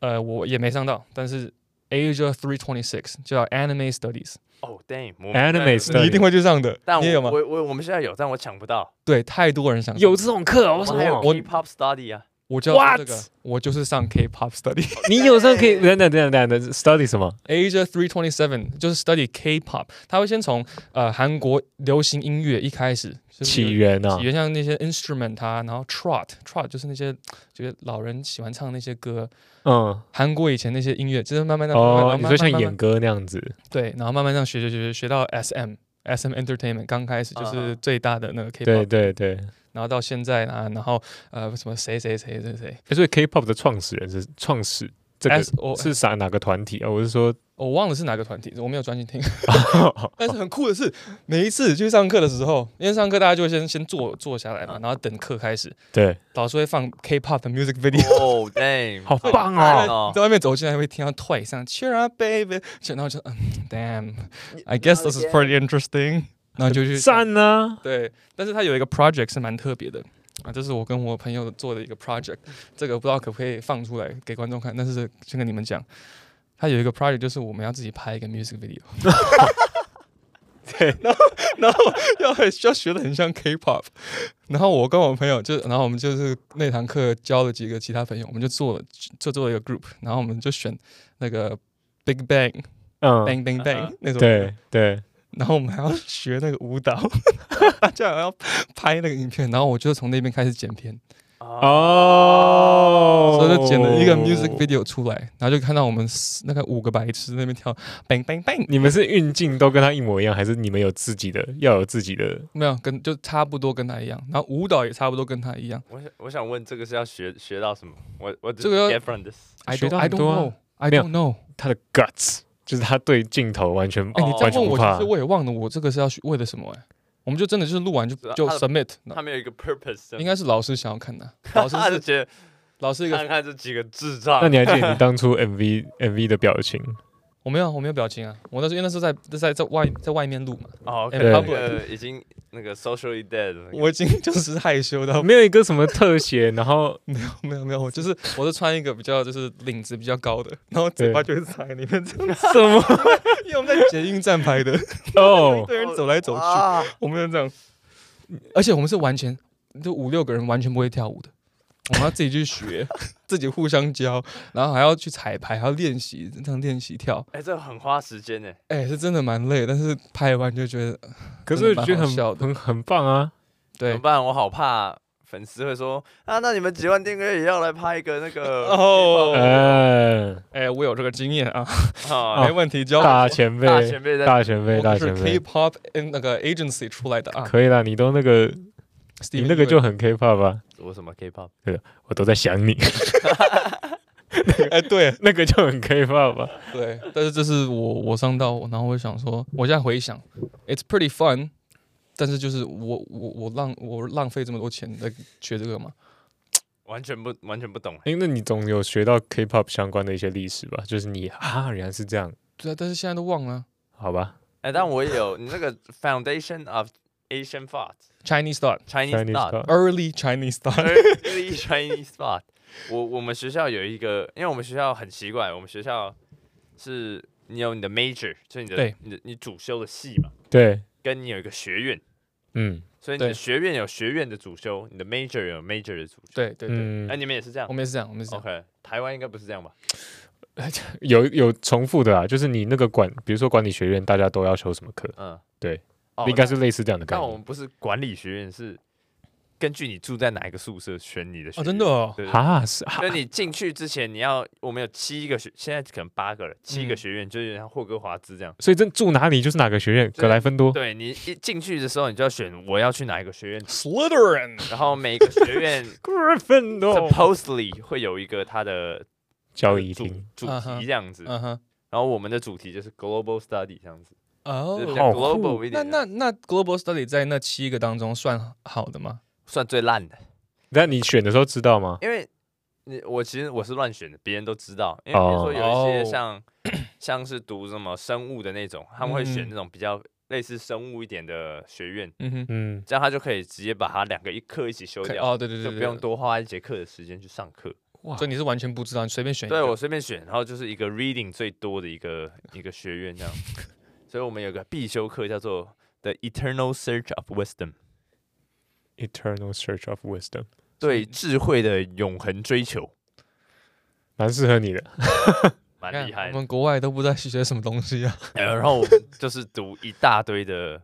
呃，我也没上到，但是 Asia Three Twenty Six 叫 Anime Studies，
哦，damn，
Anime
我但
study
你一定会去上的。
但
你也有
我
吗？
我我我们现在有，但我抢不到。
对，太多人想上。
这种课哦
我们还有
哦我
K-pop study 啊，
我就要
What？
说这个，我就是上 K-pop study
你有时候可以等等等等等等 study 什么？
Asia Three Twenty Seven，就是 study K-pop。他会先从呃韩国流行音乐一开始就是有
起源啊
起，源像那些 instrument 啊，然后 trot trot 就是那些就是老人喜欢唱那些歌，
嗯，
韩国以前那些音乐，就是慢慢的
哦，你说像
慢慢
演歌那样子，
对，然后慢慢这样学学学学学到 SM SM Entertainment 刚开始就
啊
是
啊
最大的那个 K-pop，、
对对对。
然后到现在啊，然后呃什么谁谁谁谁谁，
诶所以 K-pop 的创始人是创始这个
S O
是啥哪个团体啊？我是说，
我忘了是哪个团体，我没有专心 听。但是很酷的是，每一次去上课的时候，因为上课大家就会先先坐坐下来
嗯
嘛，然后等课开始，
对，
老师会放 K-pop 的 music video。
哦 ，damn，
好棒
赞
哦！
你 在外面走进来会听到 Twice 上 Cheer Up Baby，然后就嗯，Damn，I guess this is pretty interesting，然后就去
赞啊呢，
对，但是它有一个 project 是蛮特别的啊，这是我跟我朋友做的一个 project，这个不知道可不可以放出来给观众看，但是先跟你们讲，它有一个 project 就是我们要自己拍一个 music video，
对，
然后要很要学的很像 K-pop，然 后我跟我朋友就，然后我们就是那堂课教了几个其他朋友，我们就做了就做了一个 group，然后我们就选那个 Big Bang
嗯，
Bang Bang Bang、那种，
对对，
然后我们还要学那个舞蹈，大家还要拍那个影片，然后我就从那边开始剪片，
哦，
所以就剪了一个 music video 出来，然后就看到我们四那个五个白痴在那边跳 Bang Bang Bang，
你们是运镜都跟他一模一样，还是你们有自己的要有自己的？
没有跟就差不多跟他一样，然后舞蹈也差不多跟他一样。
我想我想问，这个是要学学到什么？我我
这个
get
要
from this。
I
学
don't
到
I
很
don't
多啊
know I
没有
don't know。
他的 guts，就是他对镜头完全
哎、你
哦
再
完全
问
不
我，
怕
其实。我也忘了我这个是要去为了什么哎、我们就真的就是录完就是
啊
就
他的
submit，
他们有一个 purpose，
应
该
该是老师想要看的，老师
他就是觉
老师一
得
个
看看这几个智障
那。你还记得你当初 MV MV 的表情？
我没有我没有表情啊，我那时候因为那时候在在在外在外面录嘛，
哦，
哎
对
那
，public
个已经那个 socially dead 了。
我已经就是害羞到
没有一个什么特写，然后
没有没有，我就是我是穿一个比较就是领子比较高的，然后嘴巴就会塞里面 这样，
什么？
因为我们在捷运站拍的，
哦，
对人走来走去，
哇
我们就这样，而且我们是完全就五六个人完全不会跳舞的，我们要自己去学， 自己互相教，然后还要去彩排，还要练习这样练习跳，
哎，这个很花时间呢。
哎、是真的蛮累，但是拍完就觉得
可是我觉
真的
得
蛮好笑
很
的
很很棒啊！
怎
对
么，办？我好怕粉丝会说啊，那你们几万订阅也要来拍一个那个
哦
嗯，
哎，我有这个经验啊，
啊
没问题，交给
大
我。
前辈，
大前辈哦在
大前辈，大
我
前
是
辈，
K-pop 嗯那个 agency 出来的啊，
可以啦，你都那个，你
Steven
那个
Yeun
就很 K-pop 吧？
做什么 K-pop
我都在想你，
哎，对
那个就很 K-pop 啊吧？
对，但是这是我我上到，然后我想说，我现在回想，it's pretty fun，但是就是我我我浪我浪费这么多钱在学这个嘛，
完全不完全不懂，
哎，那你总有学到 K-pop 相关的一些历史吧？就是你啊，原来是这样，
对啊，但是现在都忘了
好吧
哎，但我也有你那个 Foundation of Asian Thought
Chinese thought。
Chinese
？Chinese
Thought
pop
Early Chinese thought，
Early Chinese Thought。我我们学校有一个，因为我们学校很奇怪，我们学校是你有你的 major，就是你的
对
你的你主修的系嘛，
对，
跟你有一个学院，
嗯
所以你的
对
学院有学院的主修，你的 major 有 major 的主修。
对对对，
嗯
哎、，你们也是这样
我们也是这样，我们也是这样。
？OK，台湾应该不是这样吧？
有有重复的啊，就是你那个管，比如说管理学院，大家都要修什么课，
嗯，
对，
哦，
应该
那
是类似这样的概
但我
念
们不是管理学院，是根据你住在哪一个宿舍选你的
哦，
学院。
真的哦，
对。对
啊，是啊
就你进去之前，你要我们有七个学，现在可能八个了，七个
嗯
学院，就是像霍格华兹这样。
所以这住哪里就是哪个学院，
对
格莱芬多，
对你一进去的时候，你就要选我要去哪一个学院，
Slytherin，
然后每个 学院
格莱芬
哦
多
supposedly 会有一个它的它
交
的
易
主
厅，
主
嗯
题
哼
这样子，
嗯哼，
然后我们的主题就是 global study 这样子，就是比
哦，
较
好酷
global 一
那
点
那
的，
那 Global Study 在那七个当中算好的吗？
算最烂的，
那你选的时候知道吗？
因为你我其实我是乱选的，别人都知道，因为比如说
哦
有一些
哦
像像是读什么生物的那种，他们会选
嗯
那种比较类似生物一点的学院，
嗯哼，
嗯，
这样他就可以直接把它两个一课一起修
可以
掉，
哦，对对对，
就
对
不用
对
多花一节课的时间去上课。
哇
所以你是完全不知道，你随便选一
对
个
我随便选，然后就是一个 reading 最多的一个一个学院这样，所以我们有个必修课叫做 The Eternal Search of Wisdom，
Eternal Search of Wisdom，
对智慧的永恒追求，
蛮适合你的。
蛮厉害
我
的。
们国外都不知道学什么东西啊
呃然后我们就是读一大堆的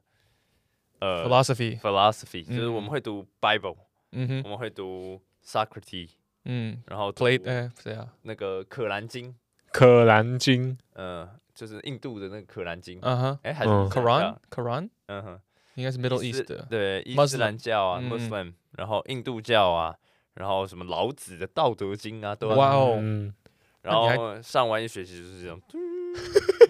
呃
，philosophy，
philosophy，就是
嗯
我们会读 Bible，
嗯
我
哼，
们会读 Socrates，
嗯
然后读
，plate，哎，谁啊？
那个可兰经，
可兰经，
呃，就是印度的那个可兰经，
啊哈
哎还是
嗯
伊斯兰教
，Quran Quran
嗯哼。
应该是 Middle
伊
East
斯
的，
对伊斯
Muslim
兰教啊
嗯
，Muslim，、然后印度教啊，然后什么老子的《道德经》啊，都要
哇哦
嗯，
然
那你还
后上完一学期就是这样，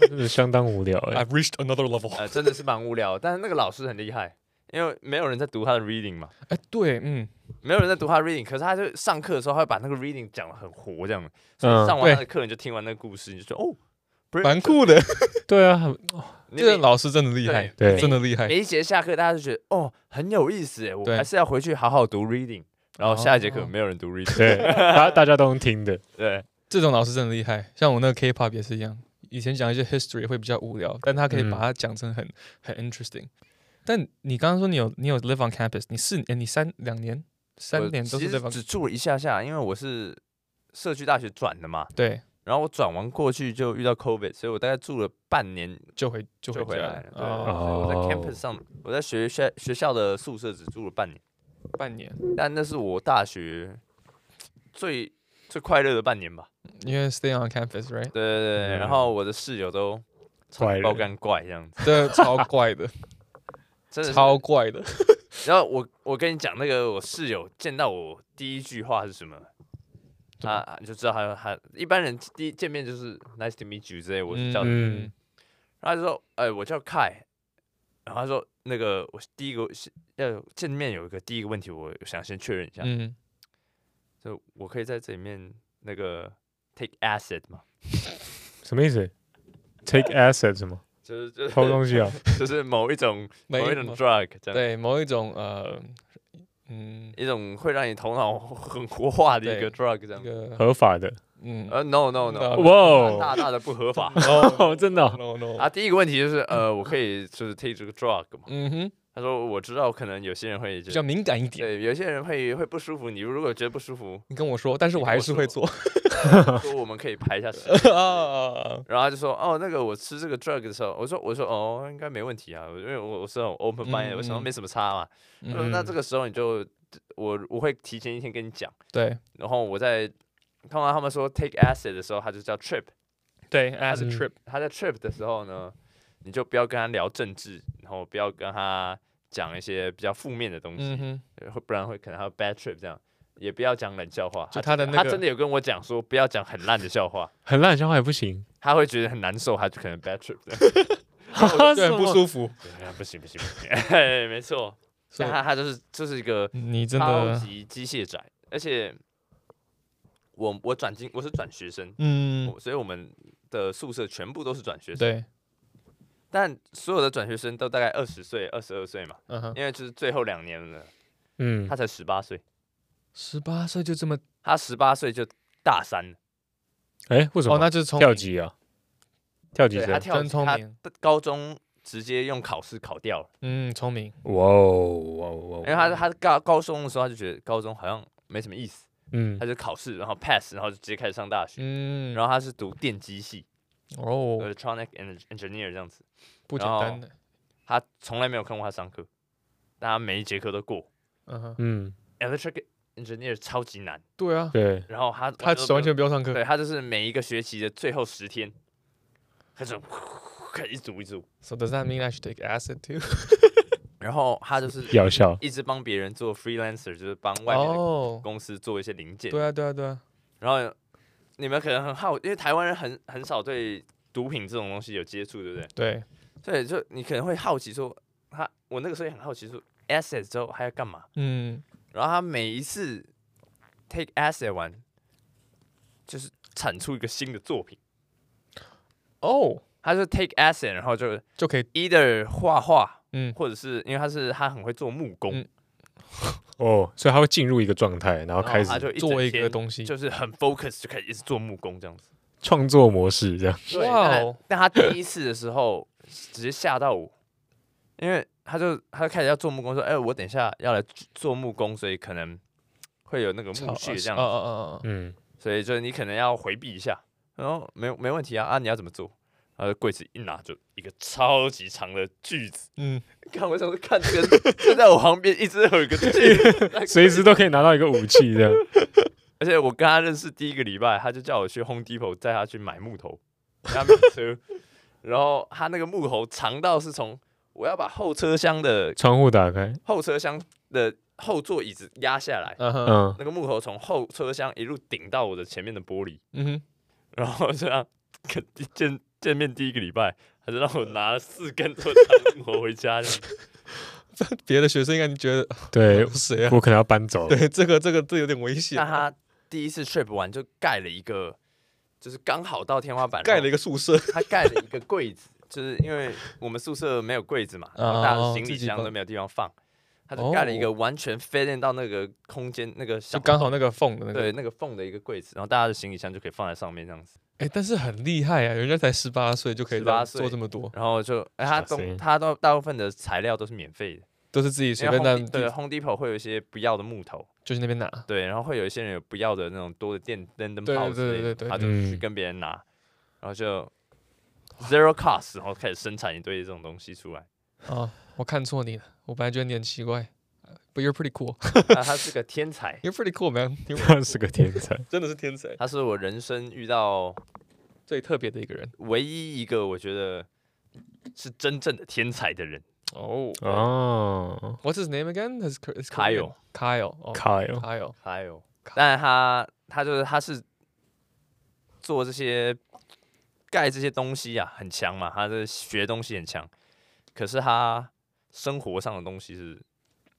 真的相当无聊哎。
，I've reached another level。
呃，真的是蛮无聊的。但是那个老师很厉害，因为没有人在读他的 reading 嘛，
哎，对，嗯，
没有人在读他的 reading，可是他就上课的时候，他会把那个 reading 讲的很活这样，所以
嗯
上完他的课你就听完那个故事，你就说哦，不是
蛮，酷的，
对啊，很
你
这个
每
老师真的厉害，
对
真的厉害。
每一节下课大家就觉得哦很有意思哎，我
对
还是要回去好好读 reading，然后下一节课
哦
没有人读 reading，
对，大大家都能听的。
对，
这种老师真的厉害，像我那个 K-pop 也是一样，以前讲一些 history 会比较无聊，但他可以把
嗯
它讲成很、很 interesting。但你刚刚说你有你有 live on campus，你四哎你三两年
我
三年都
其
是
实
live on
只住了一下下，因为我是社区大学转的嘛，
对，
然后我转完过去就遇到 COVID，所以我大概住了半年
就回就
就
回
回
家
来了。对，
哦，
所以我在
哦
campus 上，我在学校学校的宿舍只住了半年，
半年，
但那是我大学最最快乐的半年吧。
因为 stay on campus，right？
对对对，
嗯
然后我的室友都
坏人
爆干怪这样子，
这超怪 的，
真的是。
超怪的。
然后我我跟你讲，那个我室友见到我第一句话是什么？他你就知道他他一般人第一见面就是 nice to meet you 之类，我是叫
嗯
然后他就说：“哎、我叫凯。”然后他说：“那个，我第一个是要见面有一个第一个问题，我想先确认一下，
嗯，
就我可以在这里面那个 take acid 吗？
什么意思？Take asset 什么？
就是就
偷
是
东西啊？
就是某一种某
某
一
一
种
种
drug 这样，
对某一种呃嗯
一种会让你头脑很活化的一个
对
drug 这
一
样。
个
合法的？
嗯
呃，no no
大的
no，
哇
大
哦，
大的不合法
哦，真的哦。
no no，
啊！第一个问题就是呃，我可以就是 take 这个 drug 吗？
嗯哼，
他说我知道可能有些人会
比
觉
较
得，
敏感一点，
对，有些人会会不舒服，你如果觉得不舒 服，
你跟我说，但是
你
我
跟
还
我
是会做
说说我们可以排一下时
啊啊。啊啊
然后他就说，哦，那个我吃这个 drug 的时候，我说我说哦，应该没问题啊，因为我我是很 open mind，、
嗯
我想说
嗯
没什么差嘛。他说
嗯
那这个时候你就我我会提前一天跟你讲，
对
然后我在通常他们说 take acid 的时候，它就叫 trip。
对
它
，as a
嗯
trip，
他在 trip 的时候呢，你就不要跟他聊政治，然后不要跟他讲一些比较负面的东西
嗯，哼，
呃会不然会可能还有 bad trip 这样。也不要讲冷笑话，
就他的那
他真
个
的有跟我讲说不要讲很烂的笑话，
很烂的笑话也不行，
他会觉得很难受，他就可能 bad trip 这样。
对很不舒服，
对啊不行不行不行， 嘿没错，
所
但
以嗯
他他就是就是一个
你真
超
的，
级机械宅，而且我我转进我是转学生，
嗯，
我所以我们的宿舍全部都是转学生，
对，
但所有的转学生都大概二十岁、二十二岁嘛，
嗯哼，
因为就是最后两年了，
嗯
他，才十八岁，
十八岁就这么，
他十八岁就大三了，
哎，为什
哦，
么
那就是从
跳级啊？跳级
对
生
他，跳
真聪
他
明，
高中直接用考试考掉了，
嗯，聪明，
哇哦哇哦哇哦，
因为他他高高中的时候他就觉得高中好像没什么意思，
嗯
他就考试然后 pass，然后就直接开始上大学，
嗯，
然后他是读电机系
哦，
，electronic en- engineer 这样子，
不简
然后
单的，
他从来没有看过他上课，但他每一节课都过
嗯哼，
嗯，
，electric engineer 超级难，
对啊，
对，
然后他
他
都没有
完全不用上课，
对他就是每一个学期的最后十天，他就开始一组一组，
So does that mean I should take acid too？
然后他就是
药效，
一直帮别人做 freelancer，就是帮外面的
哦，
公司做一些零件。
对啊，对啊，对啊，
然后你们可能很好，因为台湾人很很少对毒品这种东西有接触，对不对？
对，
所以就你可能会好奇说，他我那个时候也很好奇说，acid 之后还要干嘛？
嗯，
然后他每一次 take acid 完，就是产出一个新的作品。
哦，
他就 take acid，然后就
就可以，
either 画画，
嗯，
或者是因为他是他很会做木工，
嗯
哦，所以他会进入一个状态，然后
然后
开
他
始
哦啊就一
做
整
一个
天
东西，
就是很 focus 就开始一直做木工这样子。
创作模式这样，
对
哇
但
哦，
但他第一次的时候直接吓到我，因为他就他就开始要做木工，说：“哎、我等一下要来做做木工，所以可能会有那个
超
木屑
哦
这样，
哦哦哦，
嗯，
所以就是你可能要回避一下。”然后没有没问题啊啊，你要怎么做？然后柜子一拿就一个超级长的锯子，
嗯，
看我想说看这个就在我旁边，一直有一个锯子在
随时都可以拿到一个武器这 样，
而且我跟他认识第一个礼拜，他就叫我去 Home Depot 带他去买木头，因为他没有车。然后他那个木头长到是从我要把后车厢的
窗户打开，
后车厢的后座椅子压下来，
嗯哼，
嗯，
那个木头从后车厢一路顶到我的前面的玻璃，
嗯哼，
然后这样见见面第一个礼拜，他就让我拿了四根这么长的木头回家，这样子
别的学生应该觉得
对
有谁啊？
我可能要搬走 了，
对，这个这个这有点危
那
险，
他第一次 trip 完就盖了一个，就是刚好到天花板，
盖了一个宿舍，
他盖了一个柜子，就是因为我们宿舍没有柜子嘛，
哦
然后大家的行李箱都没有地方放，他就盖了一个完全 fit in 到那个空间那个小
就刚好那个缝的那个
对，那个缝的一个柜子，然后大家的行李箱就可以放在上面这样子。
哎，但是很厉害啊，人家才十八岁就可以
18
让
岁
做这么多，
然后就，哎、他
哇塞
东他都大部分的材料都是免费的，
都是自己随
因为
便在
Home Depot- 对啊 Home Depot 会有一些不要的木头，
就去那边拿，
对，然后会有一些人有不要的那种多的电灯灯
对
泡
对
之类
对
的，
对对
他就
嗯
去跟别人拿，然后就 zero cost，然后开始生产一堆这种东西出来。
啊，我看错你了，我本来觉得你很奇怪，But you're pretty cool,
那他是个天才，
you're pretty cool man，你
他是个天才，
真的是天才，
他是我人生遇到
最特别的一个人
唯一一个我觉得是真正的天才的人。
哦。
哦
What's his name again? His Kyle.
Kyle
Kyle. 哦
，Kyle，
Kyle.
还有
哎靠，
但他他就是他是做这些盖这些东西啊，很强嘛，他是学东西很强，可是他生活上的东西是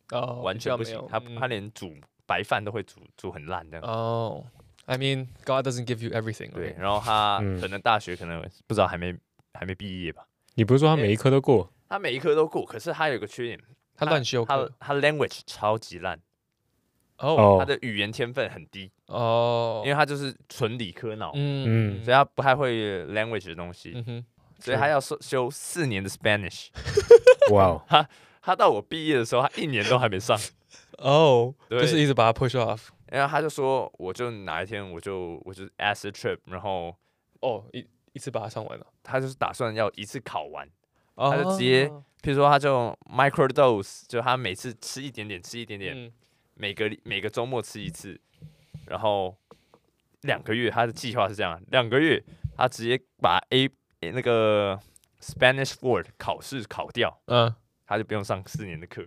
哦，
完
比
全
较
不
没
行，
有
他
嗯
他连煮白饭都会煮煮很烂这样。
哦、i Oh. mean, God doesn't give you everything.
对，
right?
然后他
嗯
可能大学可能不知道还没还没毕业吧，
你不是说他每一科都过？
他每一科都过，可是他有个缺点，
他乱修
他
课。
他 language 超级烂。
哦
哎他
哦，
的语言天分很低，
哦
因，为他就是纯理科脑，
嗯
嗯
所以他不太会 language 的东西，
嗯哼，
所以他要修修四年的 Spanish。
哇哦，
他到我毕业的时候，他一年都还 没上，
哦，
对
就是一直把他 push off。
然后他就说，我就哪一天我就我就 acid trip，然后
哦，一一次把它上完了。
他就是打算要一次考完，
哦 Mm.
就直接譬如说他就 microdose，就他每次吃一点点，吃一点点，
嗯
每个礼每个周末吃一次，然后两个月他的计划是这样，啊两个月他直接把 A 那个 Spanish Word 考试考掉，
Uh,
嗯，
他就不用上四年的课，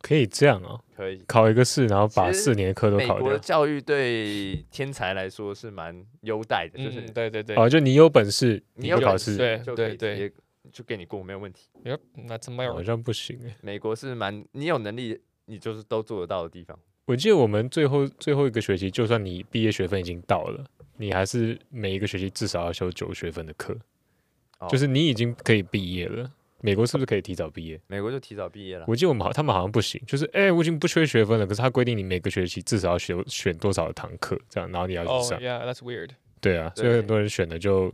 可以这样哦，
可以。
考一个试，然后把
其实
四年的课都
美
考
国的
掉。
教育对天才来说是蛮优待的，就是
嗯，对对对。
哦，就你有本事，
你
不
有
考
本
试，
对
就可
对
以
对
直接就给你过没有问题。
Yep, that's
好
America.
像不行哎。
美国是蛮你有能力，你就是都做得到的地方。
我记得我们最后最后一个学期，就算你毕业学分已经到了，你还是每一个学期至少要修九学分的课，
哦
就是你已经可以毕业了。美国是不是可以提早毕业？
美国就提早毕业了，
我记得我们好，他们好像不行，就是哎、我已经不缺学分了，可是他规定你每个学期至少要选选多少堂课，这样，然后你要
Oh,
去上。
yeah, that's weird.
对啊，所以
哦对
很多人选的就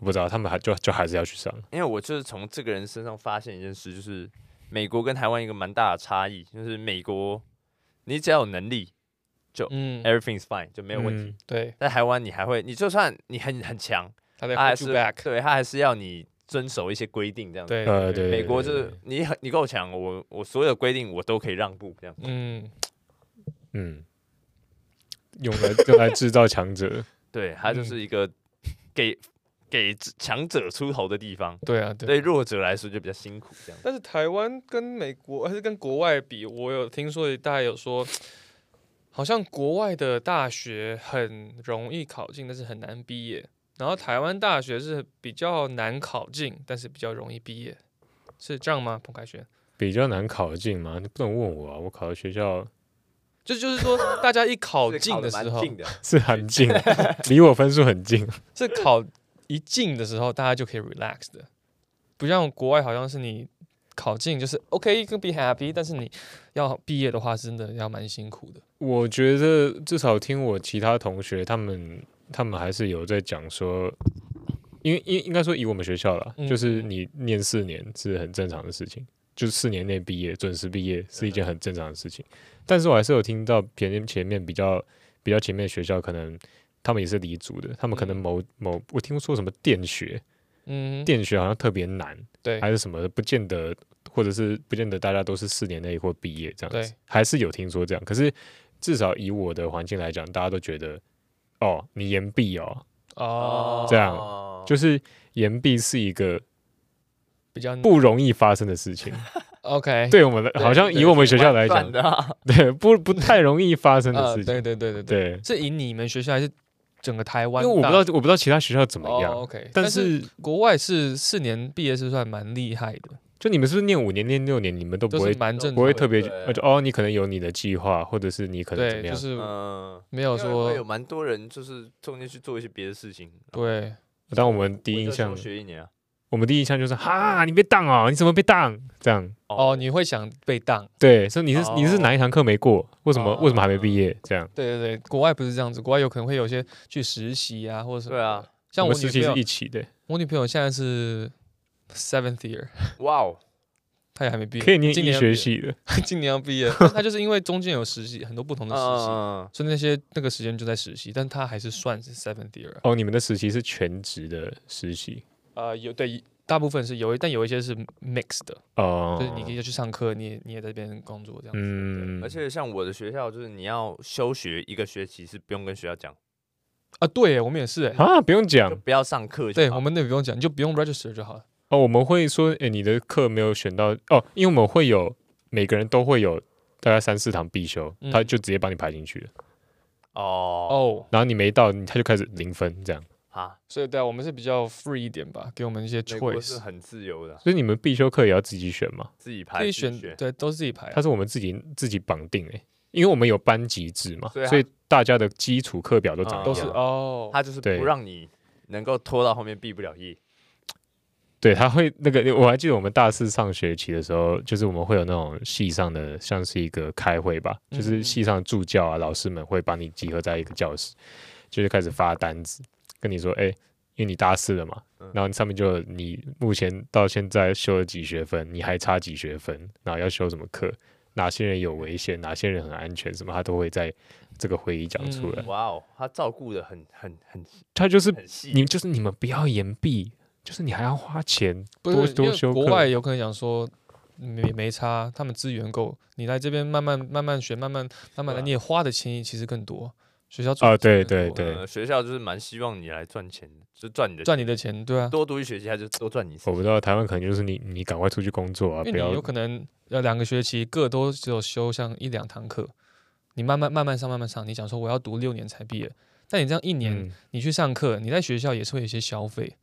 我不知道，他们还就就还是要去上。
因为我就是从这个人身上发现一件事，就是美国跟台湾一个蛮大的差异，就是美国你只要有能力
嗯，
，everything's fine 就没有问题。
嗯
对，
在台湾你还会，你就算你很很强，
他在
他还
hold
是
you back.
对他还是要你遵守一些规定这样子。
对，
呃对
美国就是你很你够强，我我所有规定我都可以让步这样。
嗯，
嗯，用来用来制造强者。
对，它就
嗯
是一个给、给强者出头的地方，
对啊，对。
对弱者来说就比较辛苦这样。
但是台湾跟美国还是跟国外比，我有听说大家有说，好像国外的大学很容易考进，但是很难毕业。然后台湾大学是比较难考进，但是比较容易毕业，是这样吗？彭凯旋，
比较难考进嘛，你不能问我啊！我考的学校
就就是说，大家一考
是
进
得
的时
蛮
候，
近的，
是很 近，离我分数很近。
是考一进的时候，大家就可以 relax 的，不像国外好像是你考进就是 OK，you can be happy，但是你要毕业的话，真的要蛮辛苦的。
我觉得至少听我其他同学他们，他们还是有在讲说，因为因应该说以我们学校啦，
嗯
就是你念四年是很正常的事情，就是四年内毕业，准时毕业是一件很正常的事情。但是我还是有听到前面前面比较比较前面的学校，可能他们也是离组的，他们可能
嗯
某、某我听说什么电学，
嗯，
电学好像特别难，
对
还是什么的，不见得，或者是不见得大家都是四年内或毕业这样子
对，
还是有听说这样。可是至少以我的环境来讲，大家都觉得，哦，你延毕哦，
哦，
这样就
就
是延毕是一个
比较
不容易发生的事情。
OK，
对我们的，好像以我们学校来讲，
的啊、
对不不太容易发生的
呃
事情。
对对对对对，
对，
是以你们学校还是整个台
因
湾大？
为我不知道我不知道其他学校怎么
哦
样，
，OK，
但
是
是
国外是四年毕业是算蛮厉害的，
就你们是不是念五年、念六年，你们都不
都
会
是蛮正常的，
不会特别
对
呃就哦，你可能有你的计划，或者是你可能怎
对，就
么样？
是
嗯，
没有
因为会有
说
蛮多人就是中间去做一些别的事情。
对，
但我们第一
我
印
就
象
休，学一年啊，
我们第一印象就是哈，你被当哦，你怎么被当？这样，
哦，你会想被当，
对，说你是、
哦
你是哪一堂课没过？为什么、
哦
为什么还没毕业？这样，
对对对，国外不是这样子，国外有可能会有些去实习啊，或者什么
对啊，
像
我
我
们实
女
习
朋
是
友
一，起的，
我女朋友现在是 seventh year，
哇哦，
她也还没毕业，
可以念
今
医
年要毕
学
业，
系的，
今年要毕业，但她就是因为中间有实习，很多不同的实习，
嗯，
所以那些那个时间就在实习，但她还是算是 seventh year 啊。
哦，你们的实习是全职的实习
呃，有对，大部分是有一，但有一些是 mix 的，
哦，
就是你可以去上课，你也你也在这边工作这样子。对
嗯，
而且像我的学校，就是你要休学一个学期是不用跟学校讲，
啊，对耶，我们也是耶，
啊，不用
就
讲
不要上课就
对
好
我们那不用讲，你就不用 register 就好了。
哦，我们会说，哎，你的课没有选到哦，因为我们会有每个人都会有大概三四堂必修，
嗯
他就直接把你排进去了，
哦
哦，
然后你没到，你他就开始零分这样。
啊，
所以对啊，我们是比较 free 一点吧，给我们一些
美国是
choice，
很自由的，
所以你们必修课也要自己选嘛？
自己排
可以
自己
选，对，都是自己排啊。
它是我们自己自己绑定诶、欸因为我们有班级制嘛，
对啊
所以大家的基础课表都长一样。
都是
啊
哦，
他就是
对
不让你能够拖到后面毕不了业。
对，他会那个，我还记得我们大四上学期的时候，就是我们会有那种系上的，像是一个开会吧，
嗯
就是系上的助教啊、老师们会把你集合在一个教室，就是开始发单子，跟你说，哎、因为你大四了嘛
嗯，
然后上面就有你目前到现在修了几学分，你还差几学分，然后要修什么课，哪些人有危险，哪些人很安全，什么他都会在这个会议讲出来。
嗯
哇哦，他照顾的很很很
他就是
很细。
你就是你们不要延毕，就是你还要花钱
不
多
是因
多
为
修
国
课
外有可能讲说，没没差，他们资源够，你来这边慢慢慢慢学，慢慢慢慢来，
对啊
你也花的钱其实更多，学校
啊
赚的钱
对
更多
对对
呃，学校就是蛮希望你来赚钱，就赚你的钱，
赚你的钱，对啊，
多读一学期，他就多赚你一次
我不知道台湾可能就是你你赶快出去工作啊，
因
不
为
要
你有可能呃两个学期各都只有修像一两堂课，你慢慢慢慢上慢慢上，你想说我要读六年才毕业，但你这样一年、
嗯
你去上课，你在学校也是会有一些消费，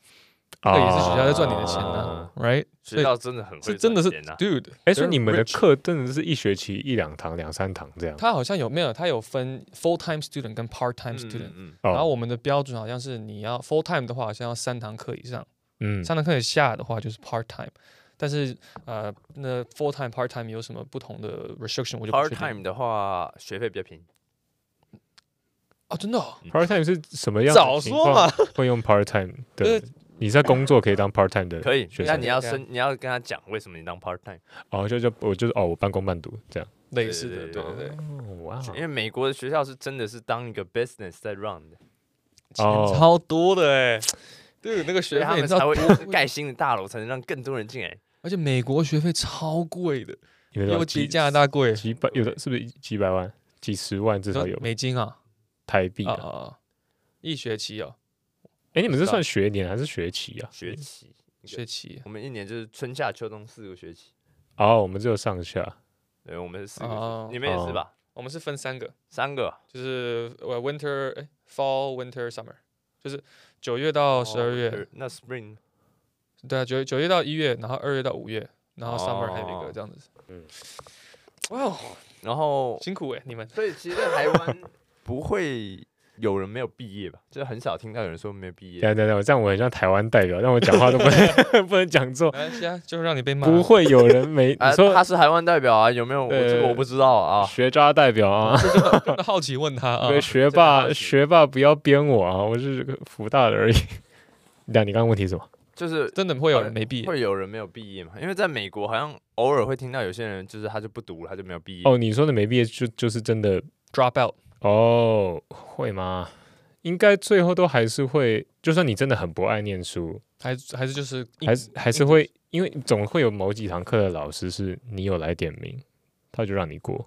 啊
这也是学校在赚你的钱呢、r i g h t 所
学
以
校真的很会
是真的是
赚钱啊
dude，
哎，所以
they're
你们的
rich
课真的是一学期一两堂、两三堂这样？
他好像有没有？他有分 full time student 跟 part time
嗯
student，、
嗯
然后
哦，
我们的标准好像是你要 full time 的话，好像要三堂课以上，
嗯，
三堂课以下的话就是 part time。但是呃，那 full time part time 有什么不同的 restriction？我就不确
part
定
time 的话，学费比较便宜，
哦，真的、哦，
part time 是什么样？
早说嘛，
会用 part time
呃
的。你在工作可以当 part time 的，
可以
学。
那
生
你要
对啊
申，你要跟他讲为什么你当 part time，
哦，就就我就是哦，我半工半读这样。
类似的，
对
对
对
对对，
哦哇
嗯
因为美国的学校是真的是当一个 business 在 run 的，
钱
哦
超多的哎、对，那个
所
学
以他
费你
们
知
才
道
会
多 贵，
盖新的大楼，才能让更多人进来。
而且美国学费超贵的，
因为
尤
有
其
几
加拿大贵，
啊几百，有的是不是几百万、几十万至
你
少
说
有
美金啊，
台币
啊
啊？
啊，啊一学期哦，
哎，你们
不
是
知道
算学年还是学期啊？
学期，
学期
我们一年就是春夏秋冬四个学期，
哦，我们只有上下。
对，我们是四个学
哦
期，你们也是吧？
我们是分三个，
三个啊，
就是呃 winter 哎 fall winter summer，就是九月到哦十二月，
呃那 spring
对啊，九九月到一月，然后二月到五月，然后 summer 还有一个
哦
这样子。嗯
嗯，
哇哦，
然后
辛苦哎、你们
所以其实在台湾不会有人没有毕业吧？就是很少听到有人说没有毕业。
等一下等一下，这样我很像台湾代表，但我讲话都不能 不能讲错。
没关系啊，就让你被骂。
不会有人没
啊
你，说
他是台湾代表啊，有没有？我这个
呃
我不知道啊。
学渣代表啊，
真的好奇问他 啊，
对学
哦这
霸
个
学霸不要编我啊，我是个福大的而已。 那你刚刚问题是什么？
就是
真的会有人没毕业？
会有人没有毕业嘛？因为在美国好像偶尔会听到有些人就是他就不读了，他就没有毕业。
哦，你说的没毕业就就是真的
drop out，
哦，会吗？应该最后都还是会，就算你真的很不爱念书，
还还是就是硬
还是还是会，因为总会有某几堂课的老师是你有来点名，他就让你过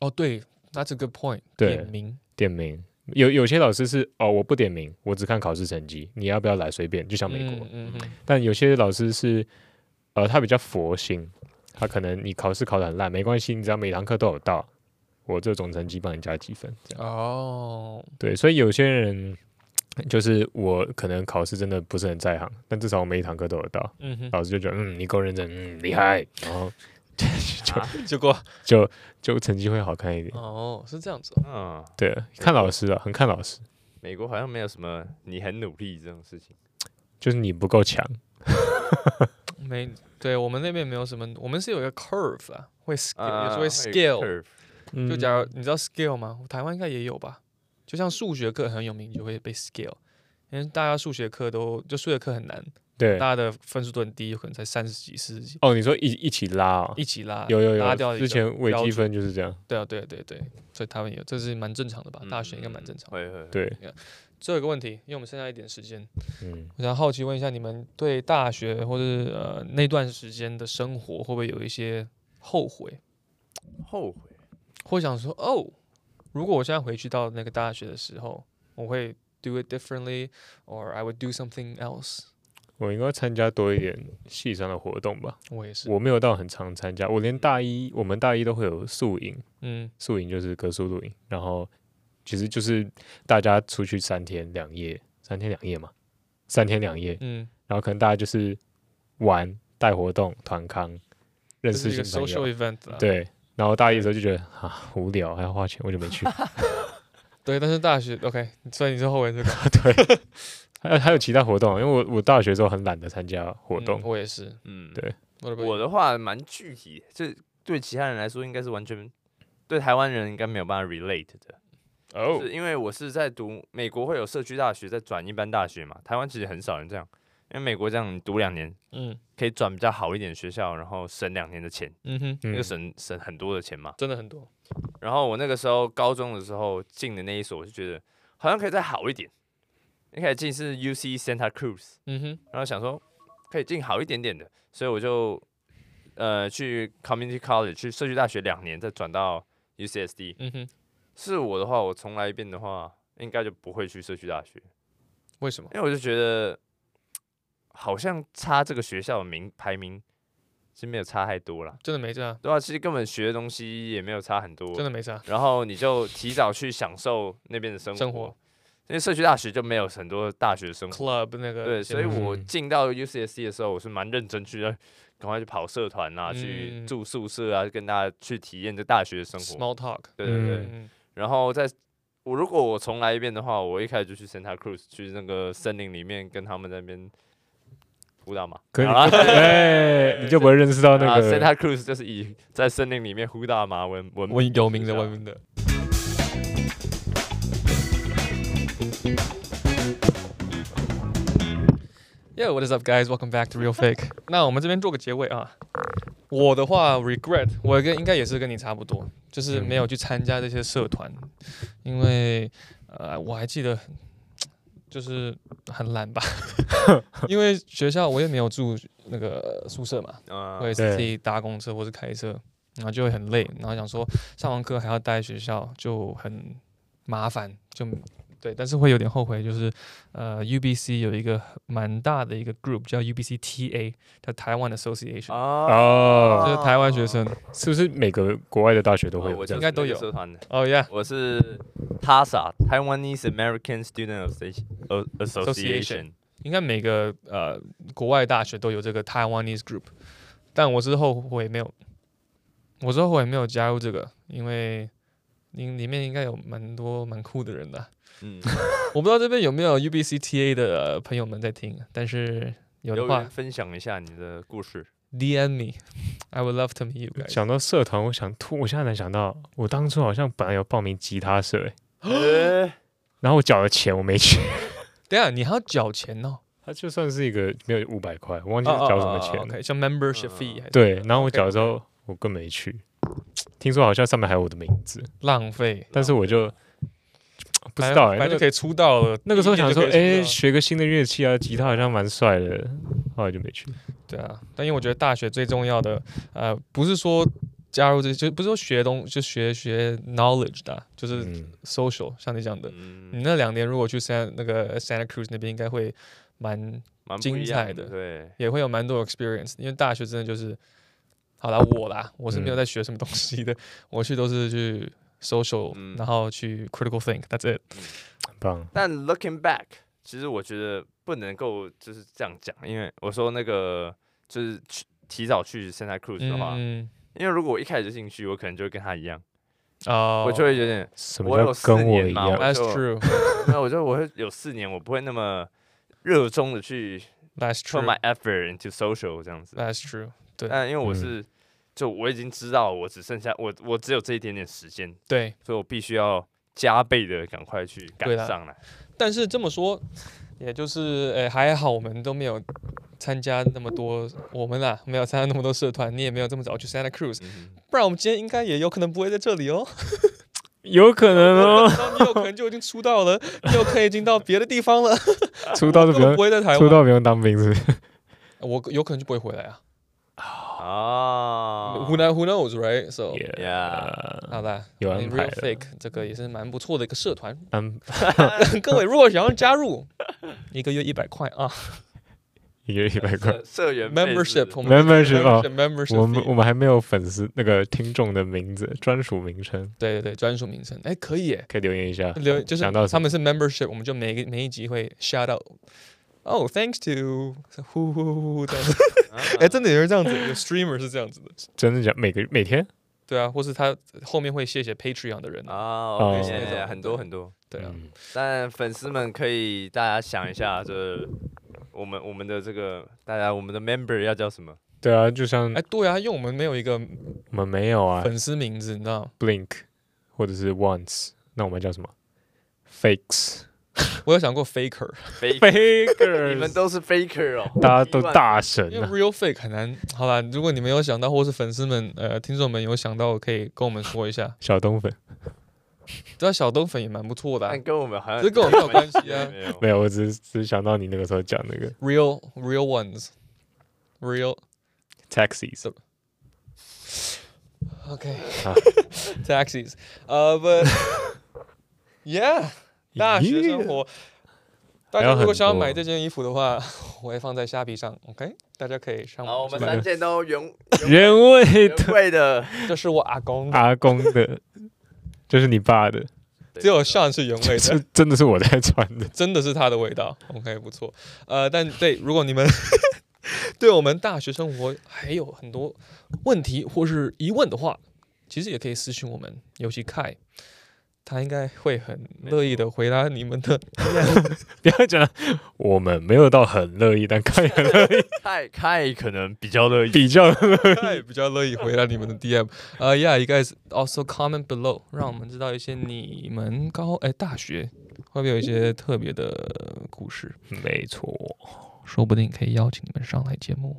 哦，对，that's a good point。
对
点名
点名。有有些老师是哦，我不点名，我只看考试成绩，你要不要来随便，就像美国。
嗯嗯嗯
但有些老师是，呃，他比较佛心，他可能你考试考得很烂没关系，你只要每堂课都有到，我这总成绩帮你加几分，这样
哦，
对。所以有些人就是我可能考试真的不是很在行，但至少我每一堂课都有到，
嗯哼，
老师就觉得嗯你够认真，嗯厉害，然后就
啊
结果
就就成绩会好看一点。
哦是这样子哦，
嗯，
对，看老师啊，很看老师，
美国好像没有什么你很努力这种事情。
就是你不够强
哦没对我们那边没有什么，我们是有一个 curve 啊，会 scale，有时
啊
候会 scale，
curve
就
嗯
假如你知道 scale 吗？台湾应该也有吧？就像数学课很有名，就会被 scale，因为大家数学课都就数学课很难，
对
大家的分数都很低，有可能才三十几、四十几，
哦，你说一一起拉、哦，
一起拉，
有有
拉掉
有，
一
之
个
前微
标
积
准
分就是这样，
对啊，对啊对啊对啊，所以台湾也有，这是蛮正常的吧？啊大学应该蛮正
嗯
常的。
嗯会会会
对，
最后一个问题，因为我们剩下一点时间，
嗯。
我想好奇问一下，你们对大学或者是呃那段时间的生活会不会有一些后悔？
后悔。
会想说，哦，如果我现在回去到那个大学的时候，我会 do it differently，or I would do something else。
我应该参加多一点系上的活动吧。
我也是，
我没有到很常参加，我连大一，我们大一都会有宿营，
嗯
宿营就是格宿露营，然后其实就是大家出去三天两夜，三天两夜嘛，三天两夜，
嗯，
然后可能大家就是玩、带活动、团康，认
这
识
是一个
新朋
social
友，
event 啦。
对。然后大一的时候就觉得啊无聊，还要花钱，我就没去。
对，但是大学 OK，所以你是后悔这个
对， 还有还有其他活动，啊因为我我大学的时候很懒得参加活
嗯
动，
我也是。
嗯，
对
我
我的话蛮具体的，这对其他人来说应该是完全对台湾人应该没有办法 relate 的。
哦
是因为我是在读美国会有社区大学，再转一般大学嘛。台湾其实很少人这样，因为美国这样你读两年
嗯
可以转比较好一点的学校，然后省两年的钱，
嗯哼，
嗯
那个省省很多的钱嘛。
真的很多。
然后我那个时候高中的时候进的那一所，我就觉得好像可以再好一点。一开始进是 U C Santa Cruz，
嗯哼，
然后想说可以进好一点点的，所以我就呃去 community college 去社区大学两年，再转到 UCSD。
嗯哼，
是我的话，我重来一遍的话，应该就不会去社区大学，
为什么？
因为我就觉得好像差这个学校的名排名是没有差太多啦。
真的没差，
对啊，其实根本学的东西也没有差很多，
真的没差。
然后你就提早去享受那边的生活，
生活
因为社区大学就没有很多大学生活。
Club 那个
对，所以我
嗯
进到 UCSC 的时候，我是蛮认真去，赶快去跑社团啊，去
嗯
住宿舍啊，跟大家去体验这大学的生活。
Small Talk，
对对对。
嗯，
然后在我如果我重来一遍的话，我一开始就去 Santa Cruz，去那个森林里面跟他们在那边舞蹈嘛。
可
好啦
哎，你就不会认识到那
啊
个
，Santa Cruz 就是以在森林里面呼大麻闻闻
我有名的，
是啊
有名的。Yeah, what is up, guys? Welcome back to Real Fake. 那我们这边做个结尾啊。我的话，regret，我跟应该也是跟你差不多，就是没有去参加这些社团，因为呃，我还记得就是很懒吧，因为学校我也没有住那个宿舍嘛，
嗯
啊
我也是自己搭公车或是开车，然后就会很累，然后想说上完课还要待在学校，就很麻烦，就对，但是会有点后悔，就是呃，UBC 有一个蛮大的一个 group 叫 UBC TA，叫台湾 Association，、
啊，
哦，
就是台湾学生。
是不是每个国外的大学都会
哦我
有这
就
哦应？
样
是
该都
那个
有
社团的。
哦、yeah，
我是 TASA Taiwanese American Student Associ- A-
Association
Association，
应该每个呃国外大学都有这个 Taiwanese group，但我是后悔没有，我是后悔没有加入这个，因为里里面应该有蛮多蛮酷的人的啊、
嗯，
我不知道这边有没有 UBC TA 的呃朋友们在听，但是有的
留
话
言分享一下你的 故事。
DM me，I would love to meet you guys。
想到社团，我想突，我现在能想到，我当初好像本来有报名吉他社，哎
呃
然后我缴了钱，我没去。
等一下你还要缴钱哦，
它就算是一个没有五百块，我忘记是缴什么钱了。
o k 哦像 membership
嗯
fee 还是
对，然后我缴了之后，我更没去。听说好像上面还有我的名字，
浪费，
但是我就不知道
反正反
哎、那
正就
个
可以出道了。
那个时候想说，
第一年
哎、
就可以出
学个新的乐器啊，吉他好像蛮帅的，后来就没去。
道对啊，但因为我觉得大学最重要的，呃，不是说加入这就不是说学东就学学 knowledge 的啊、就是
嗯，
social，、像你讲的，你
嗯，
那两年如果去 San 那个 Santa Cruz 那边，应该会蛮
蛮不
精
一样
彩的
对，
也会有蛮多 experience，因为大学真的就是，好啦，我啦，我是没有
嗯
在学什么东西的， 我去都是去 social，、
嗯
然后去 critical think，that's it。
很棒。
但 looking back，其实我觉得不能够就是这样讲，因为我说那个就是去提早去 Santa Cruz 的话，
嗯，
因为如果我一开始就进去，我可能就会跟他一样，
哦、
我就会有点
什
我
么
有
叫
四
跟我
年
一
嘛
样
我？
that's
就
true，that's
没有，我觉得我会有四年，我不会那么热衷的去 put my
true，that's
effort into social 这样子。
true。
但因为
嗯
我是，就我已经知道我只剩下我我只有这一点点时间，
对，
所以我必须要加倍的赶快去赶
对啦
上来。
但是这么说，也就是呃还好我们都没有参加那么多，我们啊没有参加那么多社团，你也没有这么早去 Santa Cruz，
嗯哼
不然我们今天应该也有可能不会在这里 哦。
有可能哦，
然后你有可能就已经出道了，你有可能已经到别的地方了，
出道
根
就不
本
用
不，会在台
出
湾。
道不用当兵是不是？
我有可能就不会回来啊。
哦
啊
Who knows? Who knows? Right? So
Yeah
好吧，
有
哎
安排
Real
了
Fake 这个也是蛮不错的一个社团。
嗯，
各位如果想要加入，一个月一百块啊
一个月 一百块。
社社员费是
，membership
不是
我们
Membership，哦
membership
我们
fee
我们还没有粉丝那个听众的名字专属名称，
对对对，专属名称，哎，可以耶，
可以留言一下。
留就是
想到什
他
么
们是 membership，我们就每个每一集会 shout out。哦、t h a n k s to，呼呼 呼呼这样子，
嗯
哎，真的有人这样子，有 streamer 是这样子的，
真的假？每个每天
对啊，或是他后面会谢谢 Patreon 的人啊，
啊
哦
，OK，现在很多
对
很多。
对啊，
嗯
但粉丝们可以大家想一下，就是我们我们的这个大家我们的 member 要叫什 么？
对啊，就
嗯
像
哎，对啊，因为我们没有一个
我们没有啊
粉丝名字，你知道吗？
，Blink 或者是 Once，那我们叫什么？Fakes
我有想过 faker，
Faker，你 们
Fakers，
都是 faker 哦，
大家都
奇怪
大神
因为
啊！
real fake 很难。好啦，如果你们有想到，或是粉丝们、呃听众们有想到，可以跟我们说一下。
小东粉
对啊，小东粉也蛮不错的啊、
但跟我们好像
这跟我没有关系啊
没有
没有，我只是只是想到你那个时候讲那个
real real ones，real
taxis，
Okay.
Ah.
Taxis. Uh, but yeah，大学生活。大家如果想要买这件衣服的话，我会放在虾皮上，OK？大家可以上
好，我
网去
们
买。
三件都原
原味
原
的
味的，
这是我阿
啊
公的，
阿公的，就是你爸的，
只有 Sean 是原 味
这
的，
真的是我在穿的。
真的是他的味道。OK，不错。呃，但对，如果你们 对我们大学生活还有很多问题或是疑问的话，其实也可以私信我们，尤其 Kai，他应该会很乐意的回答你们的
不要讲，我们没有到很乐意，但看很乐意，
太太可能比较乐意。
比较
太比较乐意回答你们的 DM。呃、y e a h you guys also comment below，让我们知道一些你们高哎大学会不会有一些特别的故事，
没错。
说不定可以邀请你们上来节目。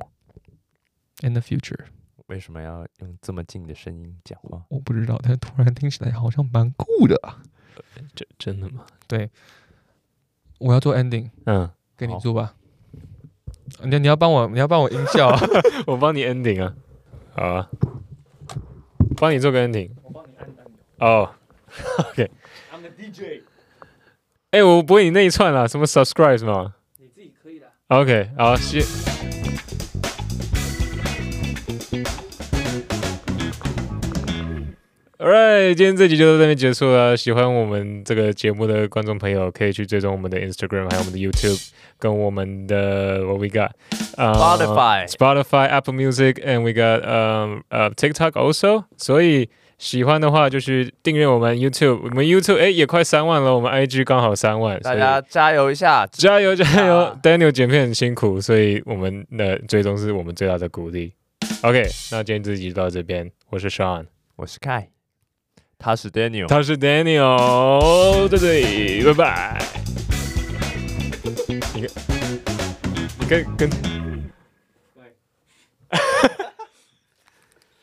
In the future，
为什么要用这么近的声音讲话？
我不知道，但突然听起来好像蛮酷的啊。
真真的吗？
我要做 ending，
嗯，
给你
好
做吧。你你要帮我，你要帮我音效啊、
我帮你 ending 啊，好啊，帮你做个 ending。我帮你按按钮。哦、o k I'm the DJ。哎、我不会你那一串啊啦，什么 subscribe 是吗？你自己可以的。OK，好，谢。Alright，今天这集就到这边结束了。喜欢我们这个节目的观众朋友，可以去追踪我们的 Instagram，还有我们的 YouTube，跟我们的 What We Got，呃
Spotify
Spotify、Apple Music and we got um 呃 TikTok also。所以喜欢的话就去订阅我们 YouTube，我们 YouTube 哎也快三万了，我们 IG 刚好三
呃
万，
大
所以
家加油一下！
加油加油、
啊
d a n i e l 剪片很辛苦，所以我们的最终是我们最大的鼓励。OK，那今天这集就到这边，我是 Sean，
我是 Kai，他是 Daniel。
他是 Daniel，对对，拜拜。你跟你跟跟。